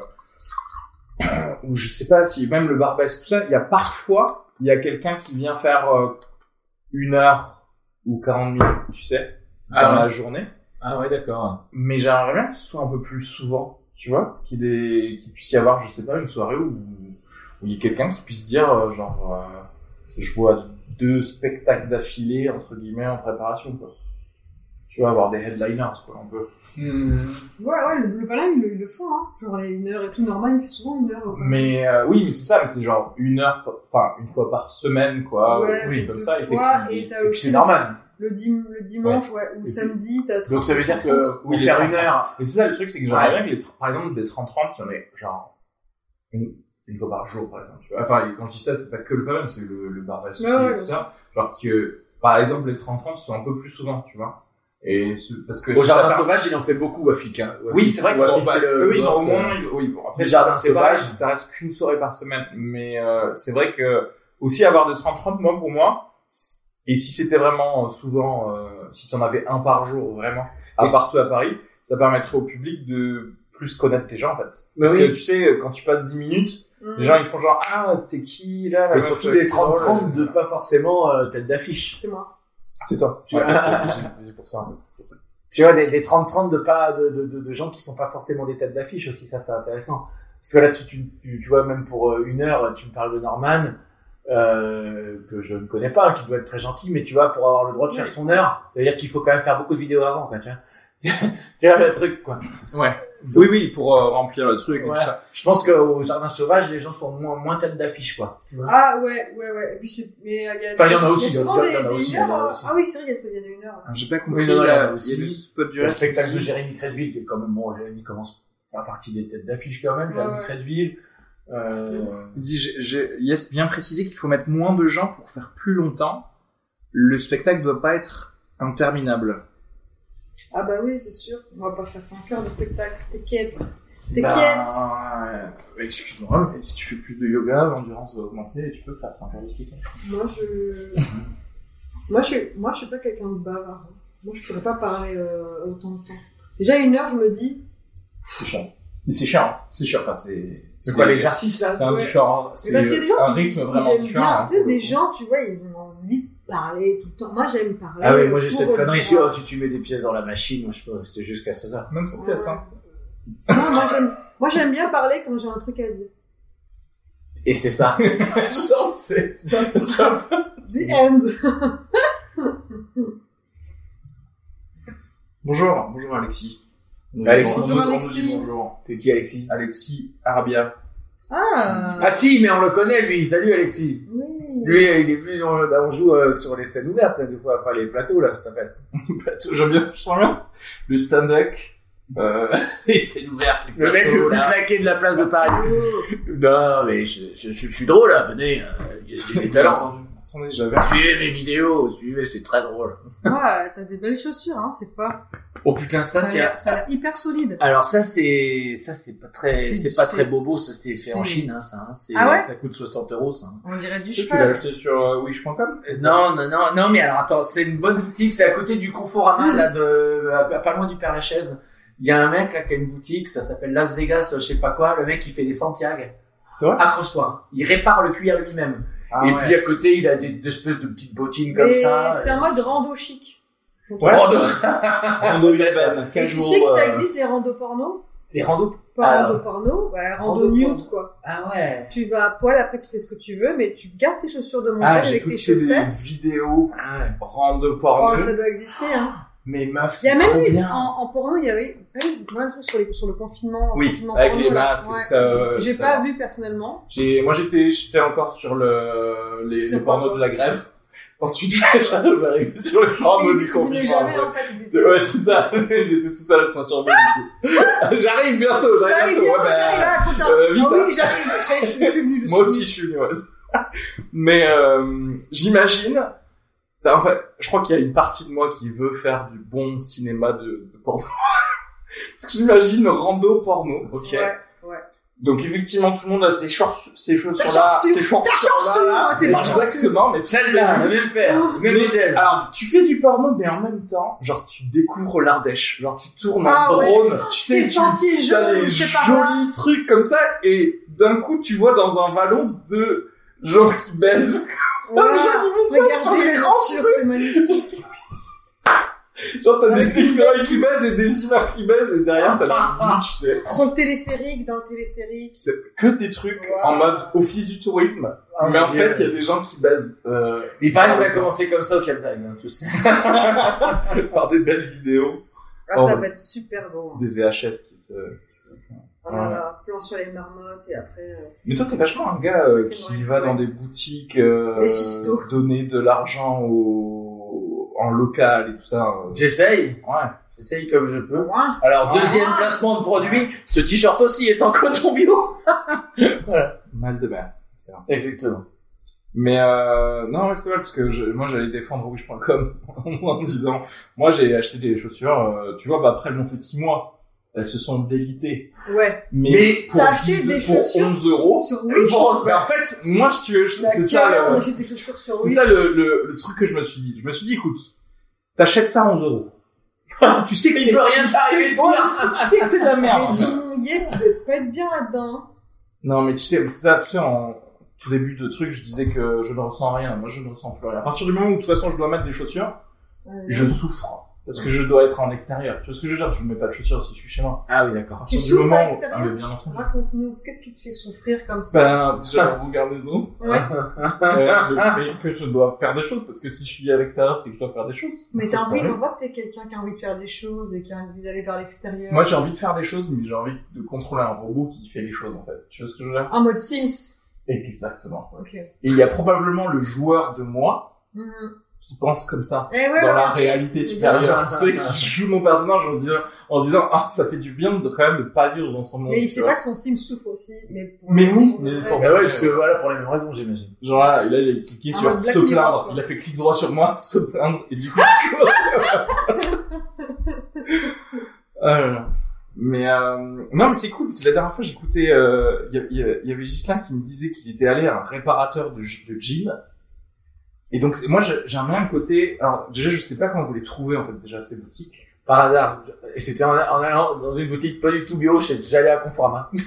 euh, ou je sais pas si même le Barbès tout ça, il y a parfois il y a quelqu'un qui vient faire euh, une heure ou 40 minutes, tu sais, dans
Ah ouais.
la journée
ah ouais d'accord
mais j'aimerais bien que ce soit un peu plus souvent, tu vois, qu'il y ait des- qu'il puisse y avoir, je sais pas, une soirée où, où il y ait quelqu'un qui puisse dire, euh, genre, euh, je vois deux spectacles d'affilée, entre guillemets, en préparation, quoi. Tu vois, avoir des headliners, quoi, un peu.
Hmm.
Ouais, ouais, le, le palin, ils le, ils le font, hein. Genre, les une heure et tout, normal, il fait souvent une heure. quoi.
Mais euh, oui, mais c'est ça, mais c'est genre une heure, par- enfin, une fois par semaine, quoi.
Ouais,
oui,
puis
comme
deux
ça, et c'est
fois,
et-
et
et
t'as
puis
aussi-
c'est normal.
Le, dim- le dimanche, ouais, ou
puis-
samedi, t'as
donc ça veut dire que
Oui,
pour
les
faire
gens-
une heure
Et c'est ça le truc, c'est que j'aimerais
Ouais.
bien que les, tr- par exemple, des 30-30, il y en ait genre une, une fois par jour, par exemple. Tu vois enfin, et quand je dis ça, c'est pas que le problème, c'est le, le barbage
Ouais, ouais,
etc. Genre que, par exemple, les 30-30 sont un peu plus souvent, tu vois. Et ce, parce que
au
ça
jardin
part-
sauvage il en fait beaucoup Wafik hein.
Oui, c'est vrai qu'ils
Wafik,
ont pas.
c'est le-
Eux, ils ont au
boss, euh,
moins. ils- Oui, bon, après,
le jardin
c'est pareil,
sauvage.
Ça reste qu'une soirée par semaine. Mais euh, c'est vrai que aussi avoir de 30-30, moi, pour moi, c- et si c'était vraiment euh, souvent, euh, si tu en avais un par jour, vraiment, à
Oui.
partout à Paris, ça permettrait au public de plus connaître tes gens, en fait.
Mais
Parce
oui.
que tu sais, quand tu passes 10 minutes,
Hum,
les gens, ils font genre, ah, c'était qui, là, la
mais
meuf,
surtout
euh,
les
qui drôle,
30-30
euh,
de pas forcément euh, tête d'affiche
C'était moi.
C'est toi.
Tu vois.
Ouais, c'est- j'ai dit pour ça, en fait, c'est pour ça.
Tu vois, des, des 30-30 de pas, de, de, de, de gens qui sont pas forcément des têtes d'affiche aussi, ça, c'est intéressant. Parce que là, tu, tu, tu, tu vois, même pour euh, une heure, tu me parles de Norman, euh, que je ne connais pas, qui doit être très gentil, mais tu vois, pour avoir le droit de faire son heure, ça veut dire qu'il faut quand même faire beaucoup de vidéos avant, quoi, tu vois. tu vois le truc, quoi.
Oui, oui, pour euh, remplir le truc et
Ouais.
tout ça.
Je pense qu'au Jardin Sauvage, les gens sont moins, moins têtes d'affiche, quoi.
Ah, ouais, ouais, ouais. Et puis, c'est. Mais euh, il y a.
Enfin, il y en a aussi, hein.
Il y a souvent
il y en
des,
a- il y en a
des
aussi,
une heure,
il y en a
euh,
aussi.
Ah oui, c'est vrai, il y a- il y en a une heure.
J'ai pas
compris, non, il y en a
euh,
aussi.
il y a le spot du
Le
reste
spectacle de
qui-
Jérémy Crédville, qui est quand même, bon, Jérémy commence à faire partie des têtes d'affiche quand même,
Ouais,
Jérémy
ouais.
Crédville, euh,
Il dit, j'ai- j'ai- Yes bien précisé qu'il faut mettre moins de gens pour faire plus longtemps. Le spectacle doit pas être interminable.
Ah, bah oui, c'est sûr. On va pas faire 5 heures de spectacle. T'inquiète.
Bah,
T'inquiète.
euh, Excuse-moi, mais si tu fais plus de yoga, l'endurance va augmenter et tu peux faire 5 heures de spectacle.
Moi, je. moi, je suis... moi, je suis pas quelqu'un de bavard. hein. Moi, je pourrais pas parler euh, autant de temps. Déjà, une heure, je me dis.
C'est chiant. Mais c'est chiant, hein. c'est chiant. Enfin, c'est.
c'est quoi l'exercice, là?
C'est un
Ouais.
différent.
Mais parce qu'il y a des
C'est
gens
un
qui,
rythme
ils
vraiment
aiment
différent.
bien.
hein,
Tu sais,
pour le
des
coup.
gens, tu vois, ils ont envie de parler tout le temps. Moi, j'aime parler.
Ah oui, moi
euh,
j'ai
pour
cette
dire-
connerie. Si, oh, si tu mets des pièces dans la machine, moi je peux rester jusqu'à 16 heures.
Même sans pièce, hein.
Non, moi, j'aime- moi, j'aime bien parler quand j'ai un truc à dire.
Et c'est ça.
Genre, c'est. Stop.
The end.
Bonjour, bonjour Alexis.
Alexis.
On nous- on nous dit
Alexis.
Bonjour.
Euh. c'est qui Alexis
Alexis Arbia.
Ah,
Ah si, mais on le connaît lui. Salut Alexis.
oui.
Lui, euh, il est venu, dans- on joue euh, sur les scènes ouvertes, là, des fois, enfin les plateaux, là, ça s'appelle.
J'aime Bah, bien Charlotte. Le stand-up. Euh, les scènes ouvertes, les
Le mec
plateaux,
le plus
là.
claqué de la place de Paris. Oh. Non, mais je, je- je suis drôle, là, venez, euh, j'ai j'ai des talents.
Attendez, j'avais.
Suivez mes vidéos, suivez, c'est très drôle.
Ah, t'as des belles chaussures, hein, c'est pas.
Oh putain, ça
Ça, a
c'est... Ah.
l'air- ça a l'air hyper solide.
Alors ça c'est ça c'est pas très
C'est-
c'est pas
c'est-
très bobo ça c'est fait en
c'est-
Chine hein, ça hein. c'est
Ah ouais
ça coûte 60 euros ça hein.
On dirait du
Tu l'as
cheval.
acheté sur euh, wish.com
Euh, non non non non mais alors attends c'est une bonne boutique c'est à côté du
Mm.
Conforama là de à- à pas loin du Père Lachaise il y a un mec là qui a une boutique ça s'appelle Las Vegas euh, je sais pas quoi le mec il fait des Santiago
C'est vrai
accroche-toi hein. il répare le cuir lui-même
Ah,
et
ouais.
puis à côté il a des, des espèces de petites bottines comme
Mais
ça euh,
c'est en mode rando chic.
Ouais,
Rando-
Rando urbaine,
Et
quinze
tu
jours,
sais que ça
euh,
existe les randos porno
les randos
Pas
Ah.
rando porno, bah, rando,
Rando
nude
porno.
quoi.
ah ouais
Tu vas à poil, après tu fais ce que tu veux, mais tu gardes tes chaussures de
Ah,
montage
j'ai
avec tes
écouté des
chaussettes.
vidéos
ah ouais
rando
Oh,
porno.
ça doit exister, hein.
Mais meuf,
Il y a
Ah, c'est
même
trop
eu, Oh.
bien.
en, en porno, il y avait il y avait plein de trucs sur, les- sur le confinement.
Oui,
confinement
avec
porno,
les
là.
masques.
Ouais.
ça, euh,
J'ai
ça
pas
va.
vu personnellement.
J'ai, moi j'étais, j'étais encore sur le, les,
Sur
les pornos
quoi
de la grève. Ensuite, j'arrive arrivé sur les pornos
Ils-
du
ils voulaient
confinement.
jamais, en fait, ils étaient-
Ouais, c'est ça. Ils étaient tous à la transformer, du coup. j'arrive bientôt, j'arrive
J'arrive
bientôt. Ouais,
bientôt,
bah,
j'arrive, ah, trop tard.
euh, vite,
Ah
hein.
oui, j'arrive, je suis- je suis venu, je suis
Moi
venu.
aussi, je suis venu. ouais. Mais euh, j'imagine. Enfin, en fait, je crois qu'il y a une partie de moi qui veut faire du bon cinéma de, de porno. Parce que j'imagine rando porno. Ok.
Ouais.
Donc effectivement, tout le monde a ses shorts, ses chaussures
Ses
là,
chaussures.
ses shorts
chaussures,
là.
c'est ma chaussure.
Exactement, mais
celle-là le même père le même
Mais-
modèle
Alors, tu fais du porno, mais en même temps, genre, tu découvres l'Ardèche. Genre, tu tournes en
Ah ouais.
drone. Tu
C'est
sais,
le
tu
sentier
t'as
jaune,
des
c'est par là.
jolis trucs comme ça, et d'un coup, tu vois dans un vallon deux gens qui baissent. comme ça,
Voilà.
genre, ils font ça sur
Regardez
l'écran, tu
la nature, c'est magnifique.
sais. Genre, t'as
Ouais,
des
c'est
sécurés qui baissent et des humains qui baissent, et derrière, t'as
Ah,
la
ah.
nuit, tu sais.
Sur le téléphérique, dans le téléphérique.
C'est que des trucs
Wow.
en mode office du tourisme.
Ah,
mais en
mon
fait,
Dieu.
il y a des gens qui baissent euh,
Il paraît que ça a commencé comme ça au Cap d'Agde, hein, tout ça.
par des belles vidéos,
Ah,
Oh,
ça
ouais.
va être super beau. hein.
des VHS qui se... Qui se...
Voilà, plan sur les marmottes et après. euh,
Mais toi, t'es vachement un gars euh, qui va dans des boutiques, euh,
Mephisto.
donner de l'argent au... en local et tout ça. euh.
J'essaye,
Ouais.
j'essaye comme je peux.
ouin.
Alors,
Ah.
deuxième placement de produit, ce t-shirt aussi est en coton bio.
Mal de mer. c'est vrai.
Effectivement.
Mais euh, non, ouais, c'est pas mal parce que je- moi j'allais défendre Wish.com en disant Moi j'ai acheté des chaussures, euh, tu vois, bah, après elles m'ont fait 6 mois, elles se sont délitées.
Ouais.
Mais,
Mais
pour,
t'as acheté des
pour
chaussures
11 euros,
Sur
elles
Wish.
vont- mais en fait, moi si tu veux, je- c'est ça
Carrément,
le.
Bah, on achète des chaussures sur
C'est
Wish.
ça le, le, le truc que je me suis dit. Je me suis dit, écoute, t'achètes ça à 11 euros. tu sais que
Il
c'est
peut rien t'arriver
tu sais-
de pire.
Tu sais que c'est de la
Mais
merde.
tout mouillé, tu peux pas être bien là-dedans.
Non, mais tu sais, c'est ça, tu sais, en tout début de truc, je disais que je ne ressens rien. Moi, je ne ressens plus rien. À partir du moment où, de toute façon, je dois mettre des chaussures,
Euh,
je souffre. Parce que je dois être en extérieur. Tu vois ce que je veux dire? Je ne mets pas de chaussures si je suis chez moi.
Ah oui,
À
d'accord.
partir
Tu
du
souffres à
moment où-
l'extérieur
Ah, mais bien entendu.
Raconte-nous, qu'est-ce qui te fait souffrir comme ça
Ben, déjà, regardez-nous.
Ouais.
Bah,
Ah,
Euh, le fait que je dois faire des choses, parce que si je suis à l'extérieur, c'est que je dois faire des choses.
Mais
Ça,
t'as
ça
envie,
arrive.
on voit que t'es quelqu'un qui a envie de faire des choses et qui a envie d'aller vers l'extérieur.
Moi, j'ai envie de faire des choses, mais j'ai envie de contrôler un robot qui fait les choses, en fait. Tu vois ce que je veux dire
En mode Sims.
Exactement. ouais.
Ok.
Et il y a probablement le joueur de moi
Mhm.
qui pense comme ça.
Eh ouais,
dans
ouais,
la
bien sûr.
réalité
Mais
supérieure.
bien
Tu
sûr.
sais, qui joue mon personnage en se disant, en se disant, ah, ça fait du bien de quand même de pas vivre dans son monde.
Mais il
tu
sait
vois.
pas que son Sim souffre aussi. Mais, pour-
Mais oui,
pour
mais
de vrai.
pour-
Bah ouais, parce que voilà, pour les mêmes raisons, j'imagine.
Genre là, il a, il a cliqué
En
sur
mode Black
se
Mirror,
plaindre.
quoi.
Il a fait clic droit sur moi, se plaindre, et du coup, Ah là là. Mais euh, non, mais c'est cool. parce que La dernière fois, j'écoutais, euh, il y a- il y, a- il y avait Gislain qui me disait qu'il était allé à un réparateur de, j- de jeans. Et donc, c'est- moi, j'ai- j'aime bien le côté. Alors, déjà, je sais pas comment vous les trouvez en fait déjà ces boutiques.
Par hasard. Et c'était en, en allant dans une boutique pas du tout bio, je- j'allais à hein. Conforama. je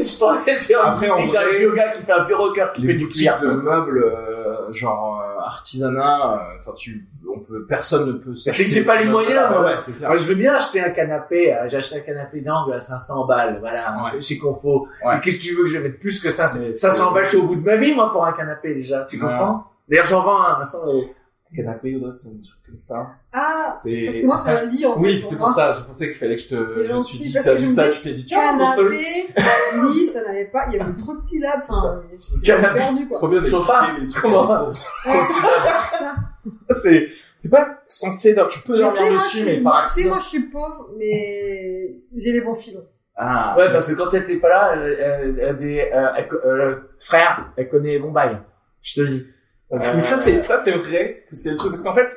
suis tombé sur une
Après, on
boutique d'un
voudrait-
vieux gars qui fait un vieux rocker qui fait
Les
du
boutiques
cuir.
de meubles, euh, genre euh, artisanat. euh, Enfin, tu, on peut, personne ne peut.
que j'ai pas les moyens,
Ouais,
moi.
ouais, c'est clair.
Moi, je veux bien acheter un canapé. euh, J'ai acheté un canapé d'angle à 500 balles, voilà,
Ouais.
chez Confo.
Ouais.
Et Qu'est-ce que tu veux que je mette plus que ça c'est-
Mais-
500 balles, je suis au bout de ma vie, moi, pour un canapé déjà. Tu
Ouais.
comprends D'ailleurs, j'en vends un à 100 euros.
Canapé, ou c'est un truc comme ça.
Ah,
C'est.
parce que moi, c'est un lit, en fait.
Oui,
pour
c'est
moi.
pour ça, je pensais qu'il fallait que je te.
C'est
Je me suis
gentil,
dit,
parce
t'as
que je
vu
me
ça,
dis,
tu t'es dit, tiens, mon seul.
Canapé, lit, ça n'avait pas, il y avait trop de syllabes, enfin, j'ai
Canapé.
perdu, quoi.
Trop bien
Sofa.
d'expliquer les trucs.
Comment
Ouais, c'est ça.
C'est. T'es pas censé dormir, tu peux
Mais tu sais,
dormir
moi, je
dessus,
suis-
mais par
tu sais,
accident.
moi, je suis pauvre, mais j'ai les bons filons.
Ah.
Ouais, parce que quand elle était pas là, euh, euh, elle a des, euh, elle co- euh, le frère, elle connaît bon bail. Je te le dis.
Euh, Mais ça, c'est, ça, c'est vrai que c'est le truc. Parce qu'en fait,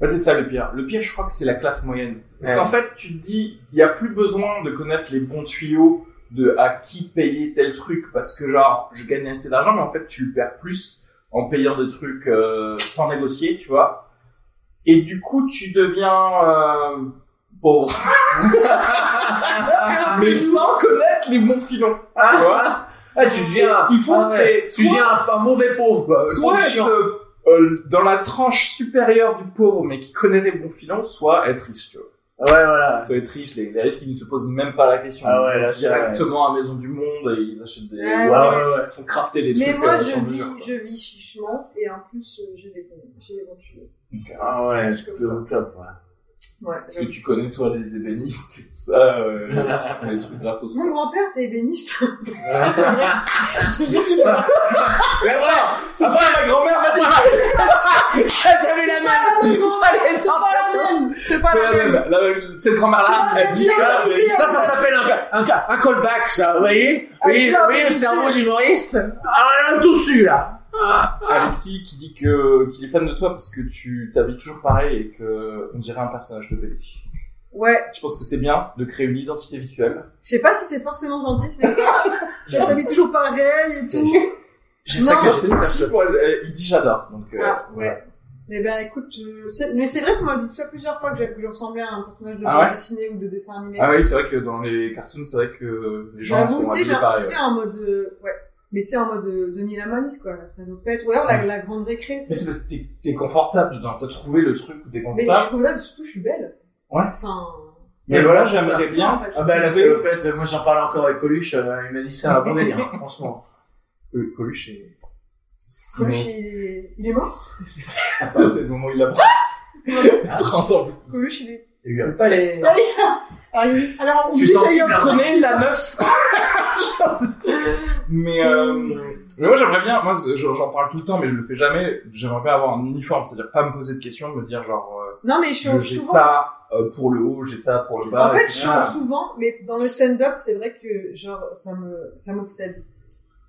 bah, c'est ça le pire. Le pire, je crois que c'est la classe moyenne. Parce
Ouais.
qu'en fait, tu te dis, il n'y a plus besoin de connaître les bons tuyaux de à qui payer tel truc parce que genre, je gagne assez d'argent, mais en fait, tu le perds plus en payant des trucs euh, sans négocier, tu vois. Et du coup, tu deviens euh, pauvre. ah, mais sans connaître les bons filons, tu vois.
Ah, tu
Et
deviens,
ce qu'il faut,
ah
c'est
ouais. tu
soit-
deviens un, un mauvais pauvre, quoi. Le
soit
pauvre
être
Bah, chiant.
euh, euh, dans la tranche supérieure du pauvre mais qui connaît les bons filons, soit être riche, tu vois.
Ouais, voilà.
Soit être riche, les, les riches qui ne se posent même pas la question.
Ah ouais, là,
ils
c'est
vont directement à Maison du Monde et ils achètent des... ou
Ah
ouais,
alors,
ouais, ouais.
Ils se font crafter des
Mais
trucs
moi,
euh,
je
sur
vis,
mesure, quoi.
je vis chichement, et en plus, euh, j'ai les bons, j'ai les bons filons.
Ah ouais,
Comme
c'est
ça.
au top, ouais.
Ouais,
Parce
j'avoue.
que tu connais, toi, les ébénistes et tout ça, euh, les trucs gratos.
Mon grand-père était ébéniste.
Mais voilà,
Ça va, ma grand-mère m'a dit
j'avais la
même,
même, j'allais
c'est pas la
sortir.
même, c'est pas
C'est
la
la
même.
même, la- cette grand-mère-là,
C'est la
elle dit
même,
que-
j'ai
Ça, ça s'appelle un, un, un callback, ça, vous voyez Vous voyez, vous voyez le cerveau de l'humoriste Ah, là, tout su, là
Alexis qui dit que qu'il est fan de toi parce que tu t'habilles toujours pareil et que on dirait un personnage de BD.
Ouais,
Je pense que c'est bien de créer une identité visuelle.
je sais pas si c'est forcément gentil, ce message. Je t'habille toujours pareil et tout.
J'ai
Non.
sacré cette personne. Pour elle, elle- il dit j'adore. Donc euh,
Ah,
voilà.
ouais. Eh ben, écoute, je sais- mais c'est vrai qu'on m'a dit ça plusieurs fois que j'avais- que je ressemblais à un personnage de
Ah
bande
ouais
dessinée ou de dessin animé.
Ah oui, c'est vrai que dans les cartoons, c'est vrai que les gens
J'avoue,
sont
tu sais,
habillés
mais-
pareil.
tu
ouais.
sais, en mode, euh, ouais. Mais c'est en mode euh, Denis Lamanis, quoi, la salopette. Ou alors la, la grande récré, tu
Mais
sais.
c'est parce que t'es- t'es confortable dedans. T'as trouvé le truc où t'es
Mais je suis
confortable.
convenable, surtout, je suis belle.
Ouais.
Enfin.
Mais,
Mais
voilà,
voilà, c'est
j'aimerais
ça,
bien.
en fait.
Ah bah la salopette, moi j'en parlais encore avec Coluche, euh, il m'a dit ça, un bon délire, hein, franchement.
Euh, Coluche est.
Moi, je suis- Il est mort
Ça, Ah, bah, c'est le moment où il apprend. 30 ans.
Coluche, il est. Ah,
Il y a eu un
Pas les-
stress.
Non.
Alors,
Je suis sensible à ça.
Prenez la meuf. mais euh, mais moi j'aimerais bien, moi je- j'en parle tout le temps, mais je le fais jamais. J'aimerais bien avoir un uniforme, c'est-à-dire pas me poser de questions, me dire genre euh,
Non, mais je
je-
change
j'ai
souvent.
ça euh, pour le haut, j'ai ça pour le bas.
en fait, je
etc.
change souvent, mais dans le stand-up, c'est vrai que, genre, ça me, ça m'obsède.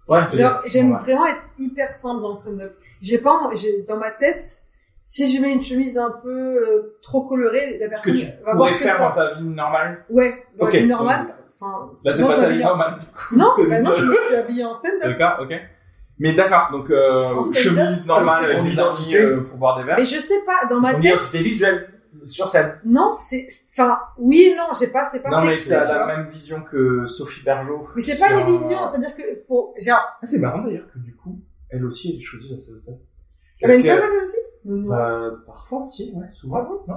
Ouais, c'est
Genre, j'aime
Ouais.
vraiment être hyper simple dans le stand-up. J'ai pas, en- j'ai, dans ma tête, si je mets une chemise un peu euh, trop colorée, la
ce que
personne
tu
va voir
pourrais
que
faire dans
ça.
ta vie normale.
Ouais, dans
Ok,
la vie normale. Enfin,
Là Bah, c'est
souvent,
pas
je
ta
m'habille
vie
en-
normale. du coup,
Non,
t'es
bah non,
seule.
je je suis habillée en stand-up.
D'accord, ok. Mais d'accord, donc euh,
En stand-up,
chemise normale
c'est
avec
ton
des
identité.
amis, euh, pour boire des verres.
Mais je sais pas, dans
c'est
ma
ton
tête,
identité visuelle, sur scène.
non, c'est, enfin, oui et non, j'ai pas, c'est pas
Non
fait
mais
exprès,
t'as
tu
la
vois.
même vision que Sophie Bergeau.
Mais c'est pas une
Non.
vision, c'est-à-dire que, pour, genre,
Ah, c'est marrant d'ailleurs que du coup, elle aussi, elle ait choisi la salopette.
elle a Ah, bah, une
Parce que-
seule femme aussi? Non, non.
Euh, parfois, si, ouais,
Ah
souvent, non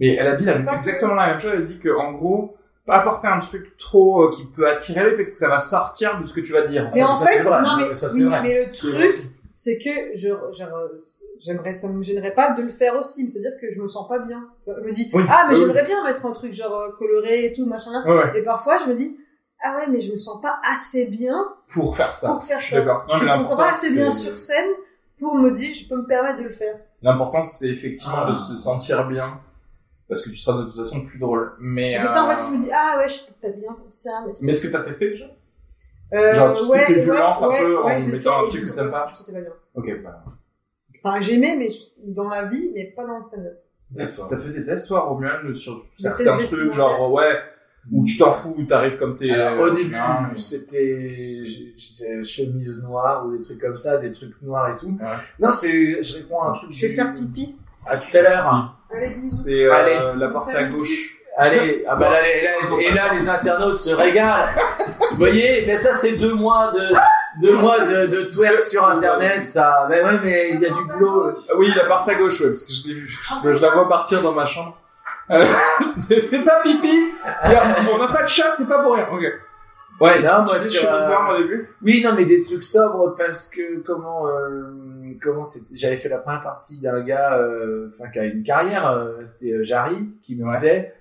Mais elle a dit la-
Pas-
exactement la même chose, elle dit que, en gros, pas apporter un truc trop euh, qui peut attirer les, parce que ça va sortir de ce que tu vas dire.
Mais
Ah,
en
ça, c'est
fait,
vrai.
non mais,
Ça, c'est
oui,
vrai.
mais le
C'est
truc, c'est que je, je- j'aimerais, ça me gênerait pas de le faire aussi, mais c'est-à-dire que je me sens pas bien. Je me dis,
Oui,
ah mais
oui,
j'aimerais bien mettre un truc genre euh, coloré et tout machin là.
Ouais, ouais,
Et parfois je me dis, ah ouais mais je me sens pas assez bien
pour faire ça.
pour faire
Je suis
ça.
d'accord. Non,
je
Ah, mais
me sens
l'important,
pas assez bien
c'est-
sur scène pour me dire, je peux me permettre de le faire.
L'important, c'est effectivement
Ah.
de se sentir bien. Parce que tu seras de toute façon plus drôle. Mais,
Et
euh,
en fait, je me dis, ah ouais, je suis peut-être pas bien comme ça. Mais,
mais est-ce que t'as testé déjà?
euh,
genre, tu te fais violence un peu en
je l'ai
mettant un
fait et
truc
je
que
me
t'aimes pas
sentais- je me sentais bien.
Ok, bah.
Enfin, j'aimais, mais je- dans la vie, mais pas dans le stand-up.
D'accord.
T'as fait des tests, toi, Romuald, sur
Des
certains
tests
trucs,
vestimentaires.
genre, euh, ouais, où tu t'en fous, où t'arrives comme t'es.
Alors, au
euh,
début,
hein, mais-
c'était j- j'étais chemise noire ou des trucs comme ça, des trucs noirs et tout.
Ouais.
Non, c'est, je réponds à un truc.
Je vais
du-
faire pipi.
À tout à l'heure.
Allez, bisous.
C'est euh,
Allez.
la porte à gauche.
Allez, ah bah là, les- là, et là, les internautes se régalent. Vous voyez, mais ça, c'est deux mois de, deux mois de, de twerk sur internet, ça. Mais ouais, mais il y a du boulot.
Ah Oui, la porte à gauche, ouais, parce que je l'ai vu.
Ah.
Je, je la vois partir dans ma chambre. Euh, ne fais pas pipi. Et alors, On n'a pas de chat, c'est pas pour rien. Ok. Ouais,
Non,
tu-
moi,
tu dis
sur,
chemise
euh,
noire au début
Oui, non, mais des trucs sobres parce que comment euh, comment c'était j'avais fait la première partie d'un gars euh, enfin qui a une carrière, euh, c'était euh, Jarry qui me
Ouais.
disait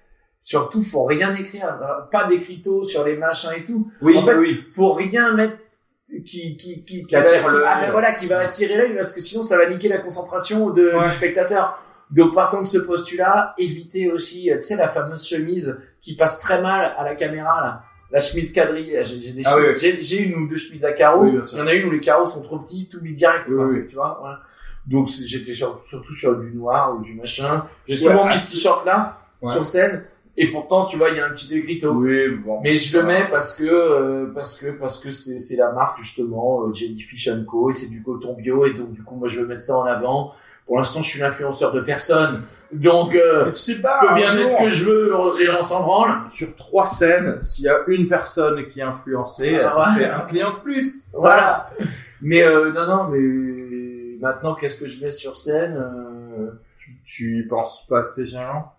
surtout faut rien écrire, euh, pas d'écrito sur les machins et tout,
Oui,
en fait,
oui.
faut rien mettre qui qui qui,
Qui attire
qui-
l'œil.
ah, ben voilà qui va attirer l'œil parce que sinon ça va niquer la concentration de,
Ouais.
du spectateur. Donc partant de ce postulat, éviter aussi euh, tu sais la fameuse chemise qui passe très mal à la caméra là. La chemise quadrille, j'ai j'ai des
Ah
chemises-
oui, oui.
j'ai- j'ai une ou deux chemises à carreaux.
Oui, bien sûr.
Il y en a une où les carreaux sont trop petits, tout mis direct,
Oui,
quoi,
oui.
tu vois. voilà. Donc c'est- j'étais sur- surtout sur du noir ou du machin. J'ai
Ouais,
souvent
ah,
mis ce t-shirt là
Ouais.
sur scène et pourtant tu vois il y a un petit écriteau.
Oui, bon.
Mais je le mets parce que euh, parce que parce que c'est c'est la marque justement euh, Jellyfish Co et c'est du coton bio et donc du coup moi je veux mettre ça en avant. Pour l'instant je suis l'influenceur de personne donc euh,
Tu sais
je
pas,
peux
Ah, un
bien mettre
jour,
ce que je veux et j'en s'en branle.
sur trois scènes, s'il y a une personne qui est influencée,
Ah,
ça
ouais.
fait un client de plus.
Voilà. Mais euh, non non mais maintenant qu'est-ce que je mets sur scène euh,
Tu y penses pas spécialement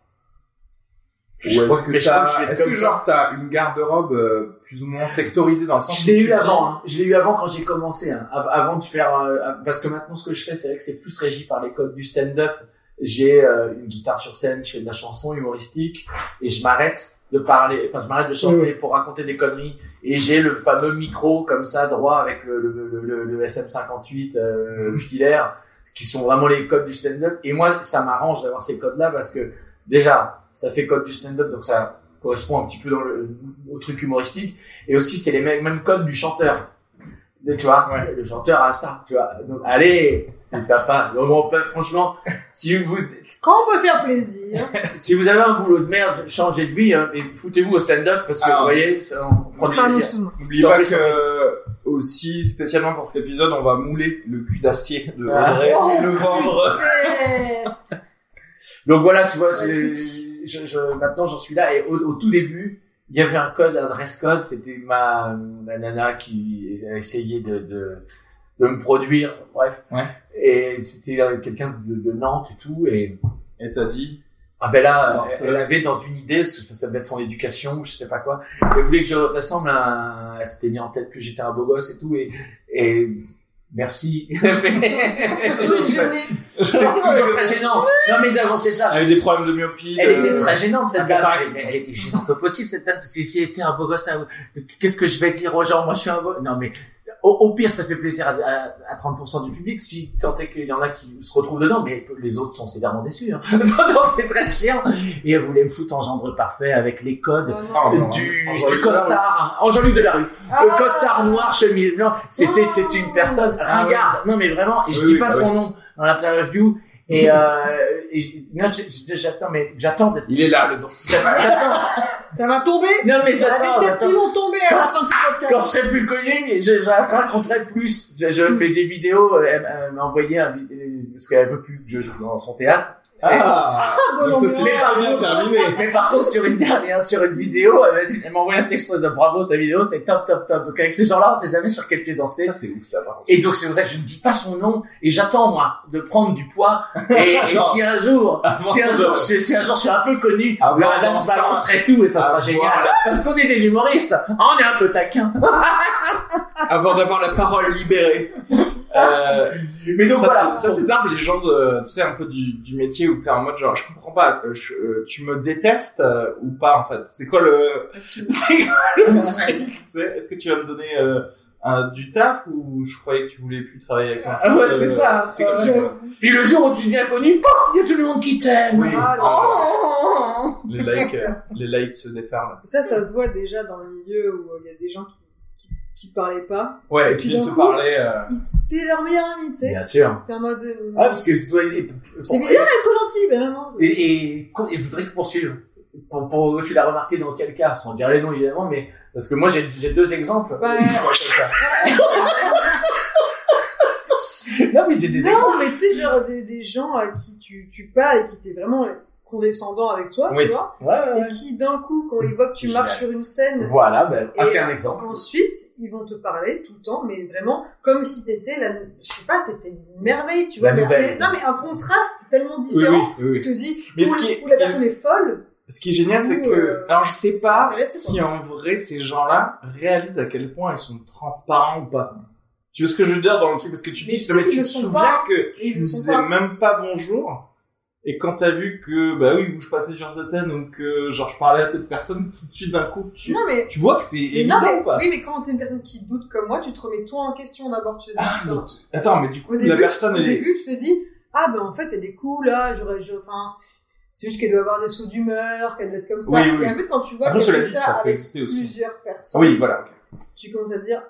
Ou
je crois
est-ce
mais
que
je crois que je
t'as,
vais être
est-ce que
comme ça.
genre t'as une garde-robe euh, plus ou moins sectorisée dans le sens
Je
où
l'ai
tu
eu
dis-
avant, hein. je l'ai eu avant quand j'ai commencé, hein. Av- avant de faire, euh, av- parce que maintenant ce que je fais, c'est vrai que c'est plus régi par les codes du stand-up. J'ai euh, une guitare sur scène, je fais de la chanson humoristique et je m'arrête de parler, enfin je m'arrête de chanter pour raconter des conneries. Et j'ai le fameux micro comme ça droit avec le, le, le, le- le SM58 euh, filaire, qui sont vraiment les codes du stand-up. Et moi, ça m'arrange d'avoir ces codes-là parce que déjà, ça fait code du stand-up, donc ça correspond un petit peu dans le, au truc humoristique. Et aussi, c'est les mêmes, mêmes codes du chanteur. De- tu vois,
Ouais.
le chanteur a ça, tu vois. Donc, allez, c'est sympa. Non, non, pas- franchement, si vous,
Quand on peut faire plaisir,
si vous avez un boulot de merde, changez de vie, hein, et foutez-vous au stand-up, parce que,
Ah,
vous voyez, ça, on prend du
pardon,
plaisir.
excuse-moi.
N'oublie
Non,
pas
mais
que, euh, aussi, spécialement pour cet épisode, on va mouler le cul d'acier de
Ah.
André
Oh.
et le vendre.
C'est-
Donc voilà, tu vois, j'ai- je, je- maintenant j'en suis là. Et au, au tout début, il y avait un code, un dress code. C'était ma la nana qui a essayé de, de, de me produire. Bref.
Ouais.
Et c'était euh, quelqu'un de, de Nantes et tout. Et
Et t'as dit,
ah ben là,
Alors,
elle,
euh,
elle avait dans une idée, parce que ça devait être son éducation, ou je sais pas quoi. Elle voulait que je ressemble à. un- Elle s'était mis en tête que j'étais un beau gosse et tout. Et, et merci.
Je suis une
C'est
journée-
toujours très gênant. Non mais d'avancer ça.
Elle Ah, a eu des problèmes de euh, myopie.
Elle
de-
était très gênante, cette
un
dame.
cataracte.
Elle, elle était gênante au possible, cette dame, parce que si elle était un beau gosse, ça- qu'est-ce que je vais dire aux gens? Moi, je suis un beau, non, mais, au, au pire, ça fait plaisir à, à, à 30% du public, si tant est qu'il y en a qui se retrouvent dedans, mais les autres sont sévèrement déçus, hein. Donc, c'est très chiant. Et elle voulait me foutre en gendre parfait avec les codes
Ah, non,
du,
en
du
Jean-Luc
costard, hein. en Jean-Luc Delarue.
Ah.
Le costard noir, chemise blanche, c'était,
Ah.
c'était une personne
Ah,
ringarde. Non, mais vraiment, et je
Oui,
dis
oui,
pas
bah
son nom dans l'interview. Et, euh, et je- non, je- je- j'attends, mais j'attends d'être.
Il est là, le don.
J'attends.
Ça va tomber
Non, mais j'attends.
Les têtes qui
j'attends.
vont tomber à la fin du
Quand je
podcast.
serai plus connu, je- j'attends qu'on traite plus. Je, je fais des vidéos, euh, elle, elle m'a envoyé un, vi- euh, parce qu'elle veut plus que je joue dans son théâtre.
Ah! Donc ça s'est
Mais
très
par
bien
contre-
terminé.
Mais par contre, sur une dernière, sur une vidéo, elle m'a dit- elle m'a envoyé un texto de bravo, ta vidéo, c'est top, top, top. Donc avec ces gens-là, on sait jamais sur quel pied danser.
Ça, c'est ouf, ça, par contre.
Et donc c'est pour ça que je ne dis pas son nom et j'attends moi de prendre du poids et, et
Non.
si un jour, si un
Avant
jour,
de-
je, si un jour je suis un peu connu,
Avant
là, là, je
d'enfin.
balancerai tout et ça sera
Avant.
génial parce qu'on est des humoristes, Ah, on est un peu taquin.
Avant d'avoir la parole libérée. Euh,
Mais donc
ça,
voilà,
c'est- ça, c'est simple, les gens de, tu sais, un peu du, du métier où t'es en mode genre, je comprends pas, euh, je- euh, tu me détestes euh, ou pas, en fait. C'est quoi le,
Ah,
c'est quoi le truc, tu sais? Est-ce que tu vas me donner, euh, un- du taf ou je croyais que tu voulais plus travailler avec moi?
Ah ouais,
Euh,
c'est ça.
C'est comme
Ah,
j'ai-
Puis le jour où tu deviens connu, pouf, il y a tout le monde qui t'aime.
Oui.
Ah,
Oh.
Les likes, euh, les likes se déferlent.
Ça, ça se voit déjà dans le milieu où euh, il y a des gens qui, qui, qui parlaient pas.
Ouais, et
Puis
puis
d'un
te
coup-
parlait, euh,
Ils- C'était leur meilleur ami, tu sais.
Bien sûr.
C'est en mode. euh,
Ah parce que c'est toi. et-
C'est bizarre d'être gentil, ben non, non. c'est-
Et, et, et voudrait que poursuivre. Pour, pour- tu l'as remarqué dans quel cas Sans dire les noms évidemment, mais parce que moi j'ai j'ai deux exemples.
Bah,
non mais j'ai des exemples.
Non, mais tu sais, genre des, des gens à qui tu, tu parles et qui étaient vraiment condescendants avec toi,
Oui.
tu vois,
Ouais, ouais, ouais.
et qui d'un coup, quand ils voient que tu
Génial.
marches sur une scène,
Voilà, ben, ah,
Et
c'est un exemple.
Bah, ensuite, ils vont te parler tout le temps, mais vraiment comme si t'étais la, je sais pas, t'étais une merveille, tu vois.
La
mais-
nouvelle.
non, mais un contraste tellement
oui,
différent.
oui, oui, oui.
Tu te dis,
Mais
ou,
ce qui est-
ou la
ce qui est-
personne est folle,
Ce qui est génial, c'est
Ouh,
que,
euh,
alors je sais pas
intéressant.
si en vrai ces gens-là réalisent à quel point ils sont transparents ou pas. Tu vois ce que je veux dire dans le truc parce que tu
Mais
dis,
tu sais
mais
qu'ils
tu
le
te
sont
souviens
pas.
que
Ils
tu
le
ne
sont
disais
pas.
même pas bonjour. Et quand t'as vu que, bah oui, où je passais sur cette scène, donc, euh, genre, je parlais à cette personne, tout de suite d'un coup, tu,
Non, mais.
tu vois que c'est
mais
évident
non, mais,
ou pas?
oui, mais quand t'es une personne qui doute comme moi, tu te remets toi en question d'abord. Tu te dis, putain,
Donc, attends, mais du coup,
Au début,
Ah, la personne,
au
elle est,
début, tu te dis, ah ben en fait, elle est cool, là, j'aurais, je- enfin, c'est juste qu'elle doit avoir des sauts d'humeur, qu'elle doit être comme ça.
Oui, oui.
Et en fait, quand tu vois
Après,
qu'elle
cela
fait
dit, ça peut
avec
exister aussi. Ah
plusieurs personnes,
Oui, voilà, ok.
tu commences à te dire,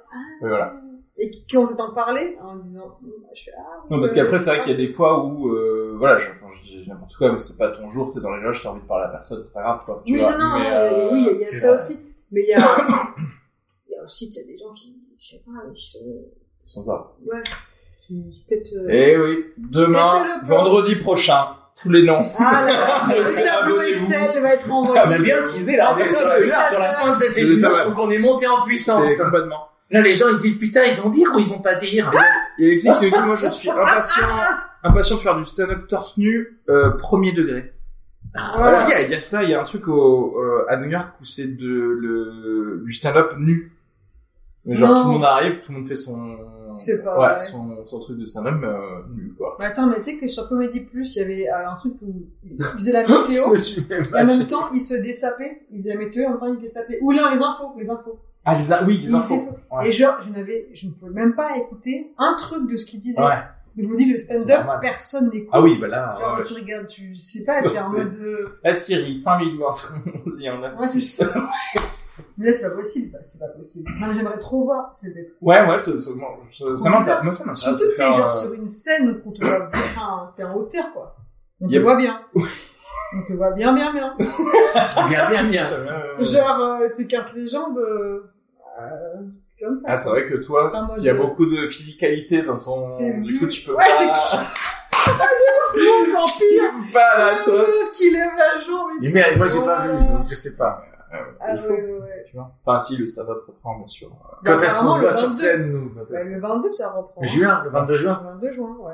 Oui, voilà.
et qui commence à t'en parler, en disant, Hum, je fais, ah,
Non, parce
euh,
qu'après, c'est vrai qu'il y a des fois où, euh, voilà, je, enfin, je dis n'importe quoi, mais c'est pas ton jour, t'es dans les loges, t'as envie de parler à personne, c'est pas grave, quoi. tu
Oui,
vois,
non, non,
mais,
euh, oui, il y a
c'est
ça
vrai,
aussi. Mais il y a, il y a aussi qu'il y a des gens qui, je sais pas, qui sont,
ils sont ça.
ouais, qui, qui pètent, euh,
Eh oui,
Mettez
demain,
le plan.
vendredi prochain, tous les noms.
Ah, là, là, le tableau
Abonnez-vous.
Excel va être
Ah,
Ah, On a
bah,
envoyé.
bien teasé là, on est sur la, sur la fin de cet
C'est
épisode,
ça,
je trouve qu'on est monté en puissance.
C'est complètement.
Là, les gens, ils se disent, putain, ils vont dire ou ils vont pas dire.
Et Alexis qui nous dit, moi, je suis impatient, impatient de faire du stand-up torse nu, euh, premier degré.
Ah,
Voilà, il y a- il y, a ça, il y a un truc au, euh, à New York où c'est de, le, du stand-up nu. Mais genre,
Non.
tout le monde arrive, tout le monde fait son,
C'est pas
ouais,
vrai.
son, son truc de stand-up euh, nu, quoi.
Mais Bah, attends, mais tu sais que sur Comedy Plus, il y avait euh, un truc où ils faisaient la météo,
Je suis même
et en
pas
même
sûr.
temps, ils se dessapaient. Ils faisaient la météo, et en même temps, ils se dessapaient. Ou non, les infos, les infos.
Ah, les, a- oui, les
Ils
infos.
faisaient tout.
Ouais.
Et genre, je n'avais, je ne pouvais même pas écouter un truc de ce qu'ils disaient.
Ouais.
Donc, je me dis, le
C'est
stand-up,
normal.
personne n'écoute.
Ah oui, bah là,
Genre,
ouais, ouais.
tu regardes, tu sais pas,
Ouais,
t'es en
c'est-
mode, euh,
la Syrie, 5 millions, on dit, on a.
ouais, c'est ça. Mais là, c'est pas possible, bah, c'est pas possible. Non, mais j'aimerais trop voir, c'est d'être.
Ouais, ouais, c'est- c'est- moi, ça, ça
Ou
m'intéresse.
bizarre.
Moi, ça m'intéresse.
Surtout
de
que t'es
faire,
genre
euh,
sur une scène où on te voit, enfin, t'es en hauteur, quoi. On
Yep.
te voit bien. On te voit bien, bien, bien.
Bien, bien, bien.
euh,
Genre, euh, t'écartes les jambes euh, euh, comme ça.
Ah, c'est vrai que toi,
En mode-
il y a beaucoup de physicalité dans ton.
T'es
Du coup,
vu.
tu peux
Ouais, Ah,
pas.
c'est encore pire.
pas
La
là, Ah, toi.
meuf qui lève la jambe et tout.
Mais moi, j'ai pas vu, donc je sais pas.
Ah
euh, Il
ouais,
faut,
ouais, ouais.
tu vois. Enfin, si, le stand-up reprend, bien sûr.
Quand
Bah,
est-ce qu'on
apparemment,
se
le
voit sur
22.
scène, nous quand
Bah,
est-ce-
le 22, ça reprend.
Juin, le 22
Le
juin.
22 juin, ouais.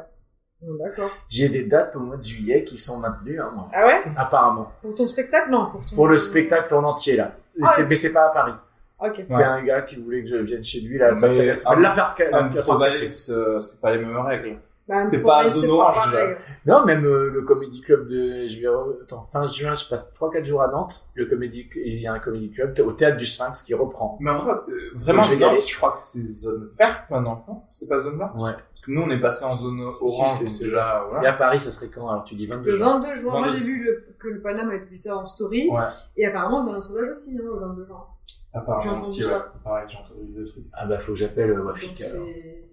Bon, D'accord.
J'ai des dates au mois de juillet qui sont maintenues, hein, moi.
Ah ouais
apparemment.
Pour ton spectacle Non, pour ton...
Pour le spectacle en entier, là. Et
Ah,
c'est- mais c'est pas à Paris.
Ok.
C'est un gars qui voulait que je vienne chez lui, là. Ça
Mais-
s'appelle ça s'appelle
ah,
l'appart
Ah, mais
l'appart-
travailler, ce- euh, c'est pas les mêmes règles.
Bah,
C'est
pour
pas
elle,
zone
c'est pas
orange,
pareil.
Non, même euh, le Comedy Club de... Je vais... re- Attends, fin juin, je passe 3-4 jours à Nantes. Le Comedy... Il y a un Comedy Club au Théâtre du Sphinx qui reprend.
Mais en vrai, euh, vraiment,
Je vais y
Nantes,
aller.
je crois que c'est zone verte maintenant. non C'est pas zone verte
Ouais.
Parce que nous, on est passé en zone orange,
Si,
donc
c'est-
déjà,
Et
voilà.
à Paris, ça serait quand Alors, tu dis 22
Le
juin.
22 juin, moi j'ai
22.
vu le- que le Paname avait publié ça en story.
Ouais.
Et apparemment, il y a un sondage aussi, hein, le 22 juin. J'ai
Apparemment
entendu
aussi, ouais.
ça.
Pareil, j'ai entendu des trucs.
Ah bah, faut que j'appelle euh, Wafik,
Donc
alors,
c'est.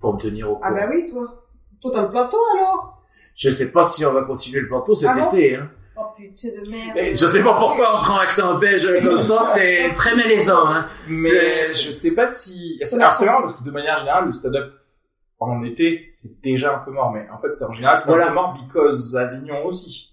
pour me tenir au courant.
Ah bah oui, toi. Toi, t'as le plateau alors
Je sais pas si on va continuer le plateau cet
Ah bon
été, hein.
Oh putain de merde.
Et je sais pas pourquoi on prend accent belge comme ça, c'est très malaisant, hein.
Mais je sais pas si. C'est
hein.
alors, c'est marrant parce que de manière générale, le stand-up en été, c'est déjà un peu mort. Mais en fait, c'est en général, c'est un
Voilà.
peu mort because Avignon aussi.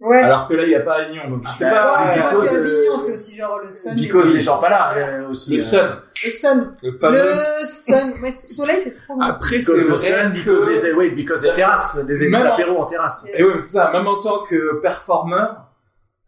Ouais.
Alors que là, il n'y a pas Avignon, donc je
Ah
sais
bah,
pas.
Ouais,
Ah,
c'est
à
vrai
cause,
que Avignon,
euh,
c'est aussi genre le sun.
Because
et-
les gens pas là, euh, aussi.
Le
euh,
sun,
Le sun.
le fameux.
Le sun. Mais ce soleil, c'est trop
Ah,
bon.
Après, c'est
Because le
vrai
sun, because
que.
les, oui, because les terrasses, les, les
Même en-
apéros en terrasse.
Et oui, Eh c'est ça. Même en tant que performeur,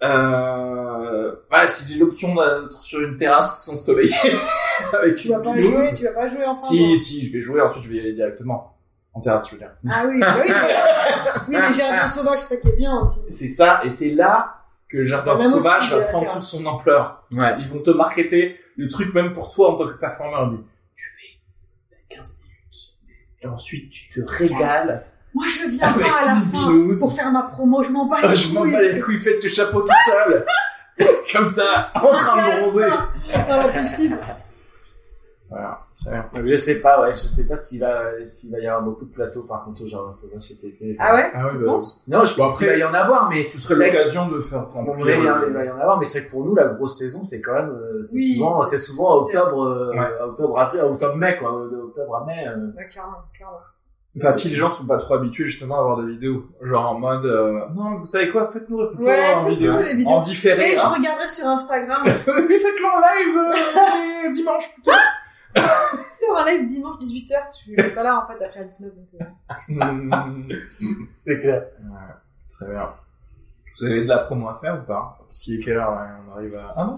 euh... bah, si j'ai l'option d'être sur une terrasse sans soleil, avec
Tu
une
vas pas
binouse,
jouer, tu vas pas jouer en France.
Si, si, je vais jouer, ensuite je vais y aller directement. En terrasse, je veux dire.
Ah oui, bah oui. mais- oui, mais j'ai un
Ah.
temps sauvage, c'est ça qui est bien aussi.
C'est ça, et c'est là que Jardin
Même aussi,
Sauvage
euh,
va prendre toute
terrasse.
son ampleur.
Ouais.
Ils vont te marketer le truc même pour toi en tant que performeur. Mais tu fais 15 minutes. Et ensuite, tu te régales.
Moi, je viens
Ah,
Avec
pas à la
une
fin
binouse.
pour faire ma promo, je m'en bats
Ah,
les
je m'en
couilles.
bats les couilles, faites le chapeau tout seul. Comme ça, en train de
Intéressant.
bronzer.
Dans la piscine.
Voilà, très bien.
Donc, je sais pas, ouais, je sais pas s'il va, s'il va y avoir beaucoup de plateaux, par contre, au jardin sauvage cet été.
Ah ouais
Ah oui,
Tu
bah,
penses
Non, je
Bon,
pense
après,
qu'il va y en avoir, mais
Ce serait
c'est vrai que-
l'occasion de faire
Bon,
prendre.
il, va y en- il va y en avoir, mais c'est vrai que pour nous, la grosse saison, c'est quand même, euh, c'est
Oui,
souvent,
c'est-
c'est souvent octobre, euh,
Ouais.
octobre, avril, octobre, mai, quoi, de octobre à mai, euh,
Bah, clairement, clairement.
Enfin, si les gens sont pas trop habitués justement à voir des vidéos, genre en mode euh, non, vous savez quoi, faites-nous plutôt
Ouais,
en
faites-nous
vidéo,
les vidéos.
en
Eh ben,
différé.
Et je
hein.
regardais sur Instagram,
Mais faites-le en live euh, dimanche plutôt.
faire un live dimanche 18h, je suis pas là en fait après à 19 donc, euh,
Mm.
c'est clair.
Très bien. Vous avez de la promo à faire ou pas Parce qu'il est quelle heure hein On arrive à... Ah non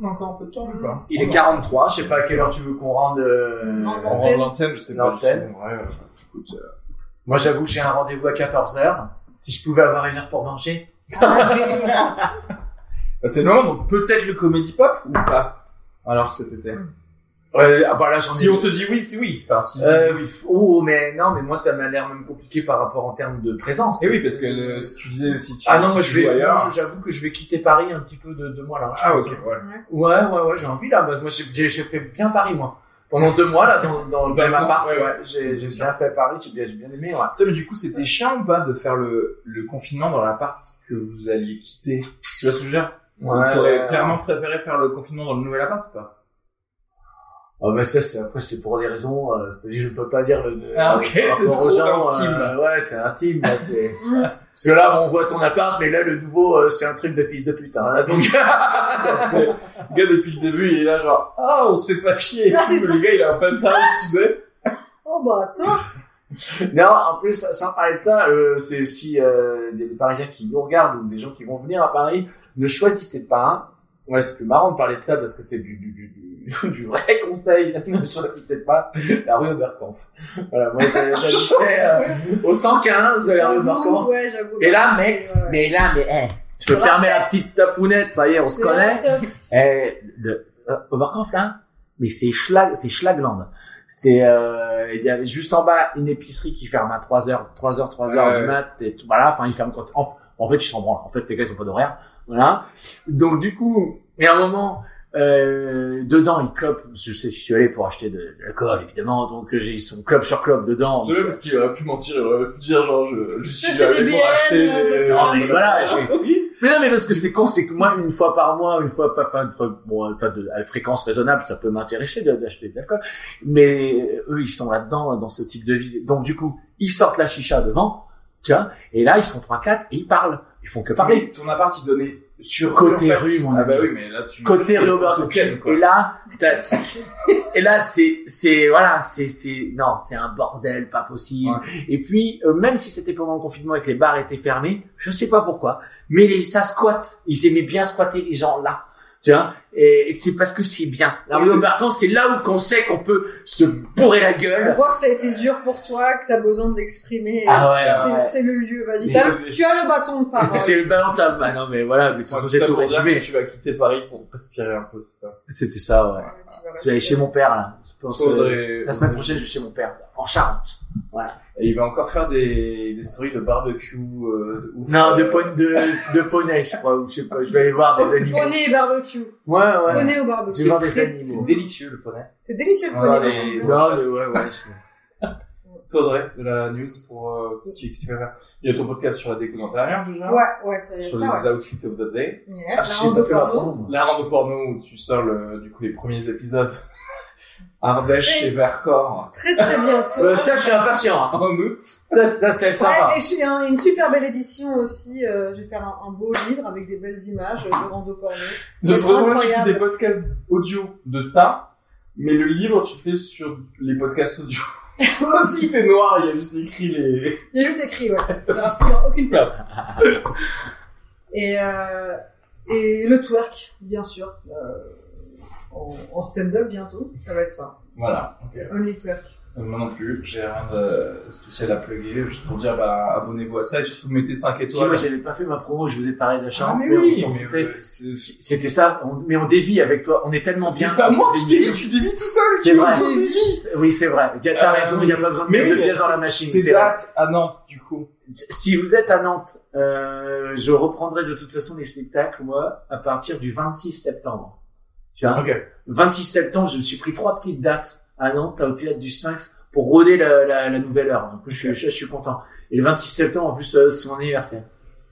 On a encore un peu de temps ou pas
Il est 43, je sais pas à quelle heure tu veux qu'on rende. euh,
Non,
On
non.
rend l'antenne, je sais pas du tout.
L'antenne.
Ouais, euh, écoute, euh,
Moi j'avoue que j'ai un rendez-vous à 14h. Si je pouvais avoir une heure pour manger.
bah, c'est le moment, donc peut-être le comédie pop ou pas Alors cet été.
Mmh. Ouais, ah bah là j'en ai.
Si on te dit oui, c'est oui. Enfin, si
Euh,
tu dis oui.
pff, oh mais non mais moi ça m'a l'air même compliqué par rapport en termes de présence.
Et oui, parce que euh, si tu disais si tu
Ah non
si
moi
tu
je vais
joues ailleurs.
moi, j'avoue que je vais quitter Paris un petit peu de, de moi là. je
Ah
pense.
ok, voilà.
Ouais ouais ouais j'ai envie là. Bah, moi j'ai- j'ai j'ai fait bien Paris moi. Pendant deux mois là dans, dans le
Dans le
même appart
coin, ouais,
ouais, j'ai j'ai bien fait Paris j'ai bien j'ai bien aimé ouais.
Putain, mais du coup, c'était chiant ou pas de faire le, le confinement dans l'appart que vous alliez quitter Tu vois ce que je veux dire
Ouais.
T'aurais clairement préféré faire le confinement dans le nouvel appart ou pas
Oh bah ça c'est après c'est pour des raisons euh, c'est-à-dire je peux pas dire le le-
Ah, ok,
par rapport
c'est trop
aux gens,
intime,
euh,
là.
ouais c'est intime là c'est
Mm.
parce que là on voit ton appart mais là le nouveau euh, c'est un truc de fils de pute hein, là donc
C'est- Le gars, depuis le début, il est là genre « Ah, on se fait pas chier et
Ah,
tout,
c'est
Le gars, il a un penthouse, tu sais
Oh bah attends.
Non, en plus, sans parler de ça, euh, c'est si euh, des, des Parisiens qui nous regardent ou des gens qui vont venir à Paris, ne choisissez pas. un. Ouais, c'est plus marrant de parler de ça parce que c'est du, du, du, du- du vrai conseil. ne choisissez pas la rue Oberkampf. Voilà, moi j'ai- j'habitais euh, au 115 de la rue
J'avoue,
Oberkampf.
ouais, j'avoue.
Et là,
C'est,
mec,
ouais.
Mais là, mais eh, je
C'est
me
la
permets la
fête.
petite tapounette, ça y est, on se
C'est la
connaît.
teuf.
Eh, le euh, Oberkampf là, mais c'est schlag, c'est Schlagland. C'est euh, il y avait juste en bas une épicerie qui ferme à 3h, 3h, 3h
Ouais.
du mat et tout voilà, enfin ils ferment quand en, en fait ils s'en branlent. En fait les gars ils ont pas d'horaire. Voilà. Donc du coup, et à un moment euh, dedans ils clopent, je sais je suis allé pour acheter de, de l'alcool évidemment, donc euh, j'ai- ils sont clope sur clope dedans.
Je sais parce qu'il aurait pu mentir, il aurait pu dire genre « Je, je
Je
suis
fais
allé
des
pour
BN,
acheter
euh,
des... Ah,
parce
que- Voilà, j'ai-
Oui.
Mais non, mais parce que c'est con, c'est que moi, une fois par mois, une fois, pas, pas- une fois, bon, enfin, de, à fréquence raisonnable, ça peut m'intéresser de- d'acheter de l'alcool. Mais euh, eux, ils sont là-dedans, dans ce type de vie. Donc, du coup, ils sortent la chicha devant, tu vois, et là, ils sont 3-4 et ils parlent. Ils font que parler.
Ton appart, il donnait sur
Côté
en fait.
rue, mon
Ah bah
ami.
oui, mais là, tu...
Côté
tu-
Robert
tu-
Hopkins.
quoi.
Et là, t'as- et là, c'est, c'est, voilà, c'est, c'est, non, c'est un bordel, pas possible. Et puis, euh, même si c'était pendant le confinement et que les bars étaient fermés, je sais pas pourquoi, mais les, ça squatte. Ils aimaient bien squatter les gens là. Tu vois? Et, et c'est parce que c'est bien. La
Oui,
rue
c'est-
Oberkampf, c'est là où qu'on sait qu'on peut se bourrer la
On
gueule.
voit que ça a été dur pour toi, que t'as besoin de l'exprimer.
Ah ouais,
C'est,
ouais.
c'est le lieu, vas-y.
Mais
T'as-
c'est-
Tu as le bâton de parole.
C'est- C'est le ballon de Bah non, mais voilà, mais ce
Moi,
sont
tout
des
ça
tout
pour dire que
résumés.
Tu vas quitter Paris pour respirer un peu, c'est ça
C'était ça, ouais.
Ouais, tu vas
Je suis allé
rester.
chez mon père, là. Je pense, euh,
Faudrait-
la semaine prochaine, je suis chez mon père, en Charente.
Et il va encore faire des, des stories de barbecue. Euh, ouf,
Non, de,
euh,
pon- de, de poney, je crois, ou je sais pas, je vais aller voir
Oh,
des animaux.
Poney et barbecue.
Ouais, ouais.
Poney au
Je
barbecue.
vais voir des
C'est,
C'est
animaux.
délicieux le poney.
c'est délicieux le
Voilà,
poney.
les-
barbecue.
Non, le, ouais, ouais. je-
Toi, Audrey, de la news pour. Euh, qu'est-ce qu'il- qu'est-ce qu'il va faire Il y a ton podcast sur la déco d'intérieur déjà.
Ouais, ouais, ça,
Sur
ça, ouais.
les outfits of the day.
Yeah,
Ah,
la
je sais
ronde
bah,
pas
de
faire la
porno.
promo.
La rando porno où tu sors le, du coup les premiers épisodes. Ardèche
Oui.
et Vercors.
Très très bientôt.
Euh, ça, je suis impatient. hein.
En août.
Ça, ça, ça va être
Ouais,
sympa.
et j'ai un- une super belle édition aussi. euh, je vais faire un, un beau livre avec des belles images de rando porno.
Je
C'est
trouve que tu fais
incroyable.
des podcasts audio de ça, mais le livre tu le fais sur les podcasts audio. Si t'es noir, il y a juste écrit les.
Il y a juste écrit, ouais. Il n'y aura il y aura aucune fleur. Et, euh, et le twerk, bien sûr. euh, en, en stand-up bientôt. Ça va être ça.
Voilà. Ok.
Only twerk.
Euh, Moi non plus, j'ai rien de spécial à plugger, juste pour dire bah, abonnez-vous à ça et surtout mettez 5
Tu vois,
étoiles.
j'avais pas fait ma promo, je vous ai parlé de la
Ah,
Charente,
Ah, mais
mais,
oui,
on s'en
mais,
foutait.
euh, c'est- c'est-
C'était ça, on- mais on dévie avec toi, on est tellement bien.
c'est pas
dans
moi qui
cette
t'ai
émission.
dit, tu dévis tout seul,
C'est
tu
vrai.
t'es dit.
Oui, c'est vrai. Y a- T'as
Euh,
raison, il n'y a pas besoin de
mais
mettre de
oui,
pièces
mais
dans la machine.
Tes
c'est vrai.
dates à Nantes, du coup.
Si vous êtes à Nantes, euh, je reprendrai de toute façon les spectacles, moi, à partir du 26 septembre. Tu vois? 26 septembre, je me suis pris trois petites dates à Nantes, là, au théâtre du Sphinx, pour rôder la, la, la nouvelle heure. En plus, je, je- je suis content. Et le 26 septembre, en plus, euh, c'est mon anniversaire.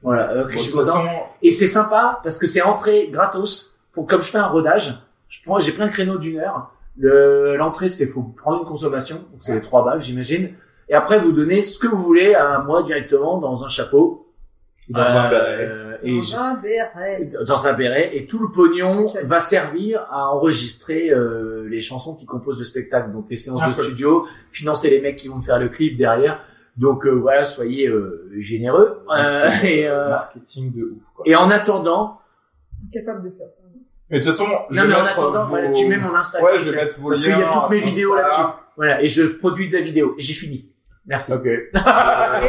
Voilà, euh,
Bon,
je
de
suis
toute
content.
façon,
Et c'est sympa parce que c'est entrée gratos. Pour comme je fais un rodage, je prends, j'ai pris un créneau d'une heure. Le, l'entrée, c'est faut prendre une consommation, donc c'est les trois balles, j'imagine. Et après, vous donnez ce que vous voulez à moi directement dans un chapeau. Euh,
Dans un béret.
et
Dans un BRL.
je- dans un béret. Et tout le pognon
Ok.
va servir à enregistrer euh, les chansons qui composent le spectacle. Donc les séances
Ah,
de
cool.
studio, financer les mecs qui vont faire le clip derrière. Donc euh, voilà, soyez euh, généreux. Euh, et, euh,
Marketing de ouf, quoi.
et en attendant,
capable de faire ça.
Mais de toute façon, je
non
vais
mais en
mettre
attendant,
vos...
voilà, tu mets mon Instagram.
Ouais, je vais mettre vos
parce
liens.
qu'il y a toutes mes vidéos
Insta.
là-dessus. Voilà, et je produis de la vidéo. Et j'ai fini. Merci.
Ok.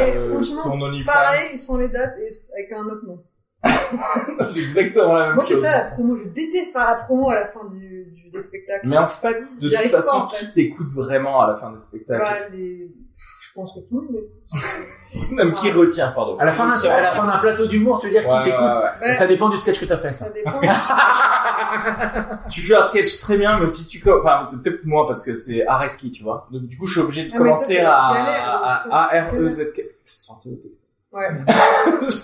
Euh,
Et franchement,
ton OnlyFans.
Pareil, ils sont les dates et avec un autre nom.
Exactement la même
Moi, c'est
chose.
ça la promo. Je déteste faire la promo à la fin du, du, des spectacles.
Mais en fait, de
J'y
toute
arrive pas,
façon,
en fait.
qui t'écoute vraiment à la fin des spectacles
Pas les... Pff, Je pense que tout le monde. mais-
Même qui retient, pardon.
À la fin d'un, à la fin d'un plateau d'humour, tu veux dire
Ouais,
qui t'écoute.
ouais, ouais.
Ouais,
Ça dépend du sketch que t'as fait, ça.
ça dépend.
Tu fais un sketch très bien, mais si tu... co- Enfin, c'est peut-être moi, parce que c'est Areski, tu vois. Donc, du coup, je suis obligé de
Ah, mais
commencer
toi, c'est
à,
galère,
à,
toi,
à,
c'est
A-R-E-Z-K. Putain, c'est sur un peu-
Ouais.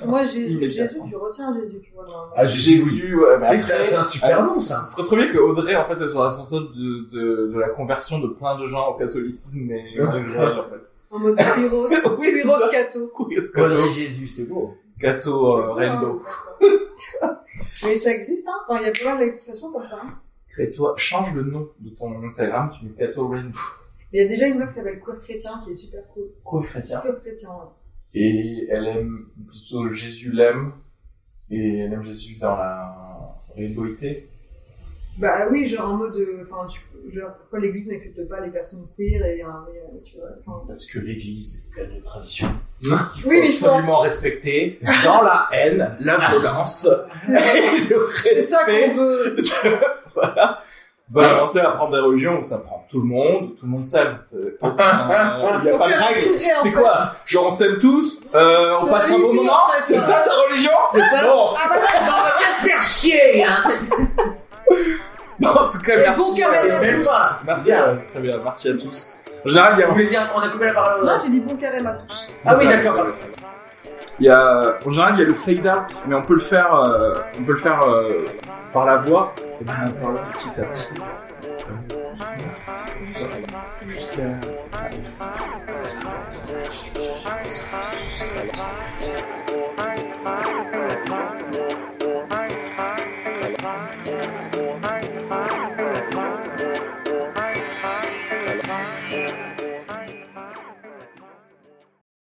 Moi, Jésus,
Il est bien,
Jésus,
hein.
tu retiens Jésus, tu vois. dans-
Ah, Jésus, ouais, mais
C'est-
après,
C'est un super
Alors,
nom,
Ce
ça.
serait trop bien que Audrey, en fait, elle soit responsable de, de, de la conversion de plein de gens au catholicisme et au degré, en fait.
En mode Pyros,
Oui, c'est
Pyros
ça.
Cato.
Audrey Jésus, c'est beau.
Cato euh,
C'est
Rainbow.
bon, hein, Mais ça existe, hein. Enfin, il y a pas mal d'accusations comme ça. hein.
Crée-toi, change le nom de ton Instagram, tu mets Cato Rainbow.
Il y a déjà une meuf qui s'appelle Queer Chrétien qui est super cool.
Quoi, chrétien
Queer Chrétien, ouais.
Et elle aime plutôt Jésus l'aime, et elle aime Jésus dans la rainbowité.
Bah oui, genre en mode. euh, Enfin, tu- genre, pourquoi l'église n'accepte pas les personnes queer et. euh, et, euh, tu vois, enfin,
Parce que l'église est pleine de traditions. qu'il
Oui, mais il faut-
absolument respecter dans la haine, la violence, et le
C'est ça qu'on veut.
voilà. Balancer à prendre des religions où ça prend tout le monde, tout le monde s'aime. Il n'y a pas de
Aucun
règle.
intérêt, en
C'est
fait.
quoi Genre on s'aime tous, euh, on
C'est
passe un
hippie,
bon moment
en fait,
C'est
ouais.
ça ta religion
C'est ça
Bon,
Ah bah
Non, on va bien se faire chier, hein.
en tout cas,
Et
merci.
bon carnaval
euh,
à
même
tous.
pas. Merci,
Bien.
euh, très bien, merci à tous. En général, il y
Vous
a-
voulez dire, on a coupé la parole
non,
à
non, tu dis bon carême à tous.
Ah oui, d'accord.
Il y a, en général, il y a le fade out, mais on peut le faire, euh, on peut le faire euh, par la voix. Et ben, par le petit à petit.